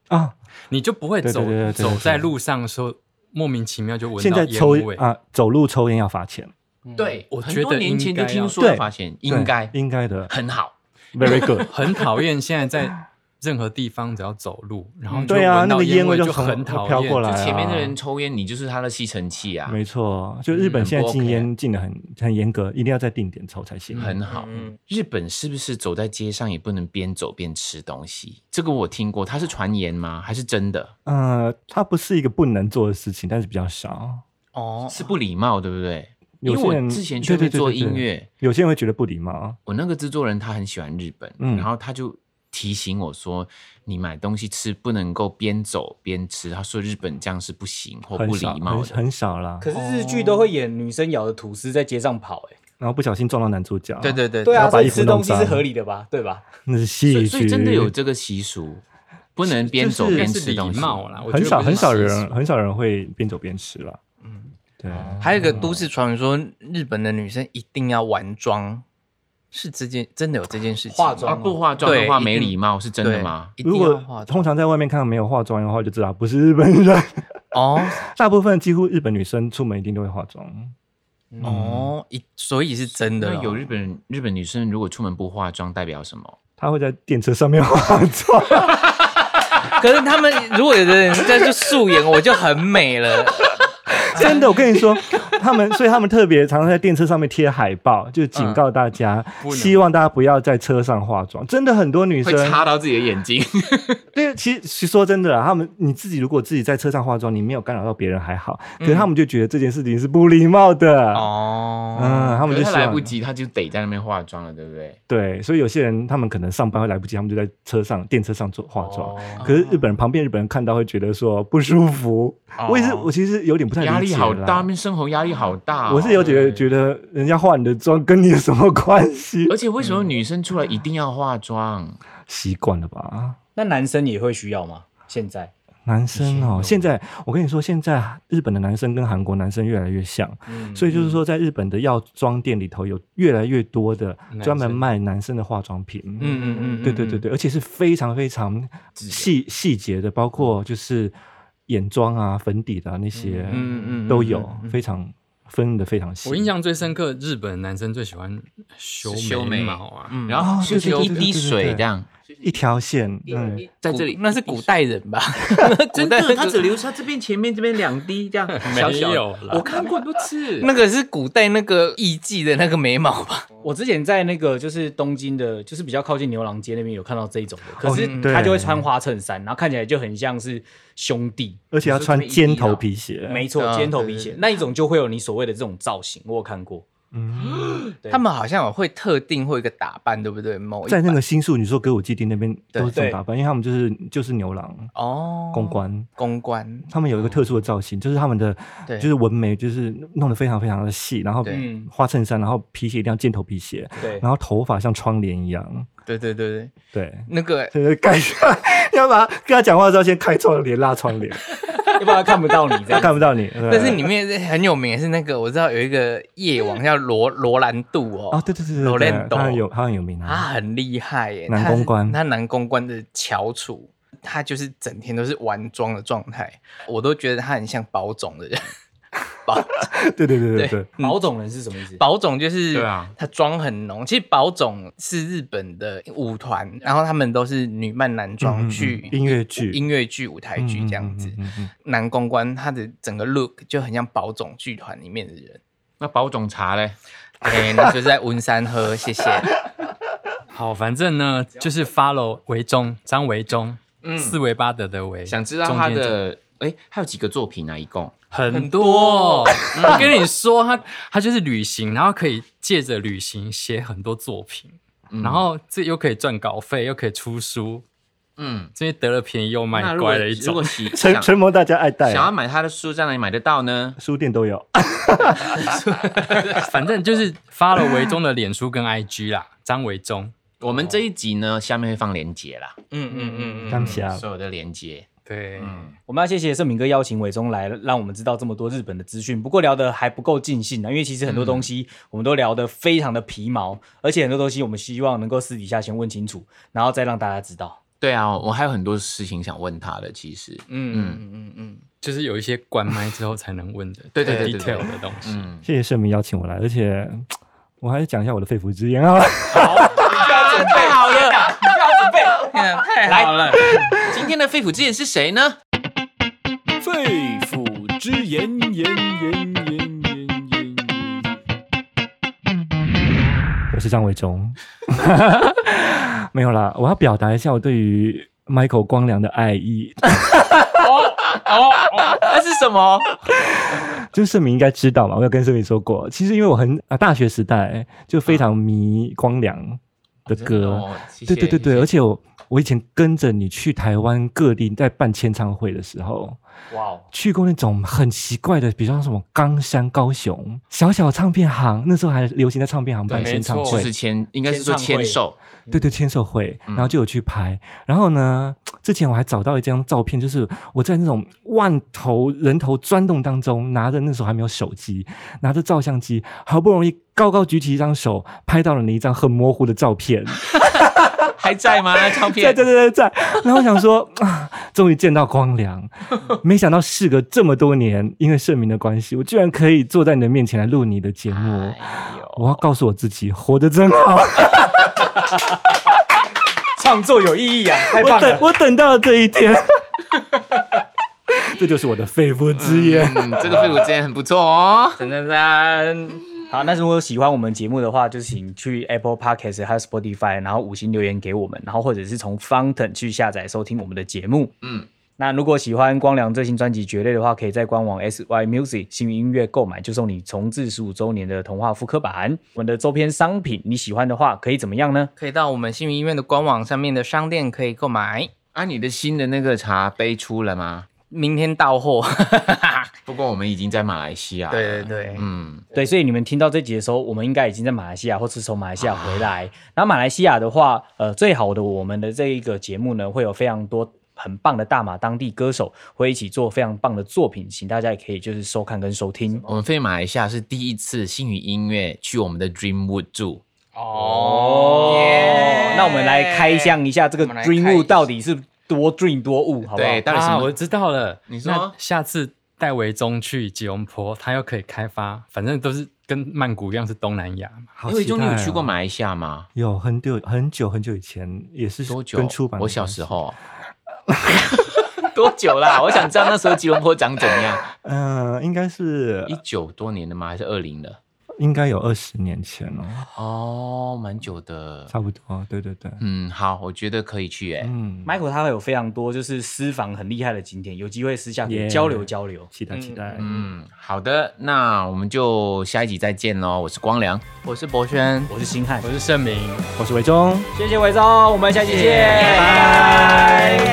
E: 啊，
D: 你就不会
E: 对对
D: 走
E: 对对对
D: 走在路上说莫名其妙就闻
E: 现
D: 到
E: 在抽
D: 烟味
E: 啊、。走路抽烟要罚钱，
B: 对，
D: 我
B: 很
D: 觉
B: 多
D: 得
B: 年前就
D: 应该要。
B: 听说
E: 对
B: 发现应该
E: 对应该的
B: 很好，
E: ，very
B: [laughs]
E: good
D: [laughs]
E: [laughs]
D: 很讨厌现在在任何地方只要走路，然后
E: 嗯
D: 就
E: 对啊
D: 闻到
E: 那个烟
D: 味
E: 味就从
D: 很讨厌，
E: 飘过来啊
B: 就前面的人抽烟，你就是他的吸尘器啊，
E: 没错，就日本现在禁烟禁
B: 嗯
E: 的很很严格，一定要在定点抽才行。
B: 很好。
F: 嗯
B: 日本是不是走在街上也不能边走边吃东西？这个我听过，它是传言吗？还是真的？
E: 呃，它不是一个不能做的事情，但是比较少。
F: 哦，
B: 是不礼貌，对不对？因
E: 有
B: 为
E: 些人
B: 我之前去
E: 对
B: 那
E: 对
B: 边
E: 对
B: 做
E: 对对
B: 音乐，
E: 有些人会觉得不礼貌。
B: 我那个制作人他很喜欢日本，
E: 嗯
B: 然后他就提醒我说，你买东西吃不能够边走边吃。他说日本这样是不行或
E: 很
B: 不
E: 少，
B: 礼貌
E: 很
B: 的。
E: 很少啦。
C: 可是日剧都会演女生咬的吐司在街上跑，哎，
E: 然后不小心撞到男主角，
F: 对，对对
C: 对啊，
E: 要把
C: 所以
E: 衣服
C: 吃
E: 弄
C: 东西是
E: 脏
C: 合理的吧？对吧？
E: 那是
B: 所
E: 戏
B: 以
E: 剧。
B: 所以真的有这个习俗，不能边走
E: 就是
B: 边
D: 但是
B: 吃东
D: 礼
B: 西。
D: 貌啊啦，我觉
E: 很
D: 得
E: 少
D: 不是
E: 很少
D: 习
E: 人很少人会边走边吃了。
F: 嗯
E: 嗯，对，
F: 还有一个都市传闻说，日本的女生一定要完妆，是这件真的有这件事情吗？
C: 化妆
B: 啊，
C: 吗
B: 不化妆
F: 对
B: 的话
F: 一定
B: 没礼貌，是真的吗？
F: 对？一
E: 如
F: 定要
E: 果
F: 化妆
E: 通常在外面看到没有化妆的话，就知道不是日本人。 [laughs]
F: 哦
E: 大部分几乎日本女生出门一定都会化妆。
F: 哦，一所以是真的
B: 那
F: 哦
B: 有日本人日本女生如果出门不化妆，代表什么？
E: 她会在电车上面化妆，
F: 可是他们如果有的人在这素颜，我就很美
B: [laughs]
F: 了。
E: 真的，我跟你说，他们所以他们特别常常在电车上面贴海报，就警告大家，希望大家不要在车上化妆。真的很多女
B: 会
E: 生，
B: 插到自己的眼睛。
E: 对，其实其实说真的啦，他们你自己如果自己在车上化妆，你没有干扰到别人还好，可是他们就觉得这件事情是不礼貌的。
F: 哦，
E: 嗯，他
B: 他 [laughs]
E: 们就希望
B: 来不及，他就得在那边化妆了，对不对？
E: 对，所以有些人他们可能上班会来不及，他们就在车上、电车上做化妆。
B: 哦
E: 可是日本人
B: 啊
E: 旁边日本人看到会觉得说不舒服。我也是，我其实有点不太理
B: 哦
E: 解
B: 压力好
E: 啦
B: 大，那边生活压力好大哦、
E: 我是有觉得觉得人家化你的妆跟你有什么关系？
B: 而且为什么女生出来一定要化妆？
E: 习惯了吧？
C: 那男生也会需要吗？现在
E: 男生哦，现在我跟你说，现在日本的男生跟韩国男生越来越像，
F: 嗯
E: 所以就是说，在日本的药妆店里头有越来越多的
D: 男
E: 专门
D: 生
E: 卖男生的化妆品。
F: 嗯嗯嗯，嗯
E: 对对对，对，而且是非常非常细细节的，包括就是眼妆啊、粉底的、啊、那些，
F: 嗯嗯嗯
E: 都有
F: 嗯嗯
E: 非常分的非常细。
D: 我印象最深刻，日本男生最喜欢修
B: 是修眉
D: 眉毛啊，
A: 嗯，
B: 然后就是
E: 对
B: 一
E: 对对
B: 滴
E: 对
B: 水
E: 对
B: 这样，
E: 一条线，嗯，
B: 在这里
F: 那是古代人吧？古
B: 真
F: 代
B: 的，他只留下这边前面这边两滴这样小小
D: 没
B: 的，
D: 有
B: 我
D: 啦。
B: 看过很多
F: [laughs]
B: 次。
F: 那个是古代那个艺妓的那个眉毛吧？
C: 我之前在那个就是东京的，就是比较靠近牛郎街那边有看到这一种的，可是
E: 哦
C: 他
E: 对
C: 就会穿花衬衫，然后看起来就很像是兄弟，
E: 而且要穿
B: 你说这么一
E: 尖
B: 滴啊
E: 头皮鞋，
C: 没错，
F: 啊
C: 尖头皮鞋那一种就会有你所谓的这种造型，我有看过。
E: 嗯，
C: 对
F: 他们好像有会特定会有一个打扮，对不对？某一
E: 在那
F: 版
E: 个新宿，你说歌舞伎町那边
F: 对
E: 都是这
C: 对
E: 种打扮，因为他们就是就是牛郎
F: 哦，
E: 公关，
F: 公关，
E: 他们有一个特殊的造型，就是他们的
F: 对，
E: 就是纹眉就是弄得非常非常的细，然后
F: 对
C: 嗯，
E: 花衬衫，然后皮鞋一定要尖头皮鞋，
C: 对
E: 然后头发像窗帘一样，
F: 对对对对，
E: 对。
F: 那个
E: 所以就盖上， [laughs] 要把他跟他讲话的时候先开窗帘，拉窗帘，
C: 要不然 [laughs] 看不到你这
E: 他
C: 样。
E: 看不到你。但
F: 但是里面是很有名的是那个，我知道有一个夜王叫罗罗兰度
E: 哦，
F: 哦，
E: 对对对
F: 罗
E: 对
F: 兰
E: 对，
F: 斗
E: 他很有他很有名
F: 他
E: 啊，
F: 很厉害耶，
E: 男
F: 他是
E: 公关
F: 他男公关的翘楚，他就是整天都是玩妆的状态，我都觉得他很像保总的人。 [laughs] 保
E: 对对对对对。
C: 保种人是什么意思？
F: 保总就是，
D: 对啊
F: 他妆很浓。其实保总是日本的舞团，然后他们都是女扮男装
E: 嗯嗯
F: 去
E: 音乐剧
F: 音乐剧、舞台剧这样子。
E: 嗯嗯嗯嗯
F: 男公关他的整个 look 就很像保总剧团里面的人。
B: 那保种茶嘞，
F: 哎、那就是在文山喝，谢谢。
D: 好，反正呢就是 follow 维中张维中，四维八德的维，
B: 嗯想知道他
D: 中间这
B: 的哎，还有几个作品啊？一共
D: 很多。 [laughs] 我跟你说，他他就是旅行，然后可以借着旅行写很多作品，然后这又可以赚稿费，又可以出书，
B: 嗯，
D: 这些得了便宜又
B: 那
D: 卖
B: 如果
D: 乖的一
B: 如果
D: 种。
B: 喜
E: 承
F: 啊
B: 想
E: 承蒙大家爱戴啊
B: 想，要买他的书，在哪里买得到呢？
E: 书店都有。
D: [laughs] 反正就是发了维中的脸书跟 IG 啦，张维中。
B: 我们这一集呢，下面会放链接啦，
F: 嗯嗯嗯
E: 感谢啊
B: 所有的链接。
D: 对，
C: 我们要谢谢盛明哥邀请伟忠来，让我们知道这么多日本的资讯。不过聊的还不够尽兴啊呢，因为其实很多东西我们都聊得非常的皮毛，而且很多东西我们希望能够私底下先问清楚，然后再让大家知道。
B: 对啊，我还有很多事情想问他的，其实，
F: 嗯嗯嗯嗯，
D: 就是有一些关麦之后才能问的，
B: 对对对对对
D: detail 的东西。
B: 嗯，
E: 谢谢盛明邀请我来，而且我还是讲一下我的肺腑之言啊。 [laughs]
B: 太好了！
F: 嗯太好
B: 来
F: 了。
B: 今天的肺腑之言是谁呢？
A: 肺腑之言，言言言言言言。
E: 我是张伟忠， [laughs] 没有啦，我要表达一下我对于 Michael 光良的爱意。 [laughs]
F: 那是什么？
E: 就是盛明应该知道嘛，我有跟盛明说过，其实因为我很啊大学时代就非常迷光良的
B: 真
E: 歌，
B: 哦谢谢
E: 对对
B: 谢
E: 对对，
B: 谢
E: 而且我我以前跟着你去台湾各地在办签唱会的时候，
C: 哇哦！
E: 去过那种很奇怪的，比方什么冈山、高雄小小唱片行，那时候还流行在唱片行办
D: 对
E: 签唱
D: 没错
E: 会
B: 就是，签，应该是说
C: 签唱
B: 签
C: 会
B: 售，
E: 对对，签售会，然后就有去拍。然后呢，之前我还找到一张照片，就是我在那种万头人头钻动当中，拿着那时候还没有手机，拿着照相机，好不容易高高举起一张手，拍到了你一张很模糊的照片。 [laughs]
B: 还在吗？那唱
E: 在
B: 片
E: [laughs] 在在在在。然后我想说啊，终于见到光良，没想到事隔这么多年，因为盛明的关系，我居然可以坐在你的面前来录你的节目。
B: 哎
E: 我要告诉我自己，活得真好。
C: 创作有意义啊，太
E: 我
C: 棒
E: 等
C: 了！
E: 我等到了这一天， [laughs] 这就是我的肺腑之言。
B: 嗯，这个肺腑之言很不错哦。
F: 陈珊珊，
C: 好，那如果喜欢我们节目的话，就请去 Apple Podcast 还有 Spotify，然后五星留言给我们，然后或者是从 Fountain 去下载收听我们的节目。
B: 嗯
C: 嗯，那如果喜欢光良最新专辑《绝类》的话，可以在官网 SY Music 幸运音乐购买，就送你重置十五周年的童话复刻版。我们的周边商品你喜欢的话，可以怎么样呢？
F: 可以到我们幸运医院的官网上面的商店可以购买，
B: 啊，你的新的那个茶杯出了吗？
F: 明天到货。
B: 不过我们已经在马来西亚。
F: 对对，对，
B: 嗯，
C: 对，所以你们听到这集的时候，我们应该已经在马来西亚，或是从马来西亚回 [laughs] 来。然后马来西亚的话，呃，最好的我们的这一个节目呢，会有非常多很棒的大马当地歌手会一起做非常棒的作品，请大家也可以就是收看跟收听。
B: 我们飞马来西亚是第一次星宇音乐去我们的 Dreamwood 住。
F: 哦耶
C: 那我们来开箱一下这个
F: 我们来
C: dream
F: 看一
C: o
F: 下
C: 到底是多 dream 多雾，好不好
B: 对，？到底什
D: 啊，
B: 么
D: 我？知道了。
B: 你说
D: 那下次戴维宗去吉隆坡，他又可以开发，反正都是跟曼谷一样是东南亚嘛。
E: [laughs] 好
B: 因为
E: 期
B: 中你有
E: 待
B: 去过
E: 哦？
B: 马来西亚吗？
E: 有很久很久很久以前，也是
B: 多久？
E: 啊跟出版有
B: 我小
E: 关
B: 时
E: 系，
B: 候。多久啦？我想知道那时候吉隆坡长怎样，
E: 嗯、应该是
B: 一九多年的吗？还是二零的？
E: 应该有二十年前哦，
B: 哦，蛮久的。
E: 差不多。对对对，
B: 嗯，好，我觉得可以去诶、
E: 嗯，
C: Michael 他会有非常多就是私房很厉害的景点，有机会私下可以
E: Yeah
C: 交流交流。
E: 期待期待。
B: 嗯，好的，那我们就下一集再见喽。我是光良，
F: 我是博轩，
C: 我是星汉
D: 我，是盛明。
E: 我是维中。
C: 谢谢伟忠，我们下期见，拜拜。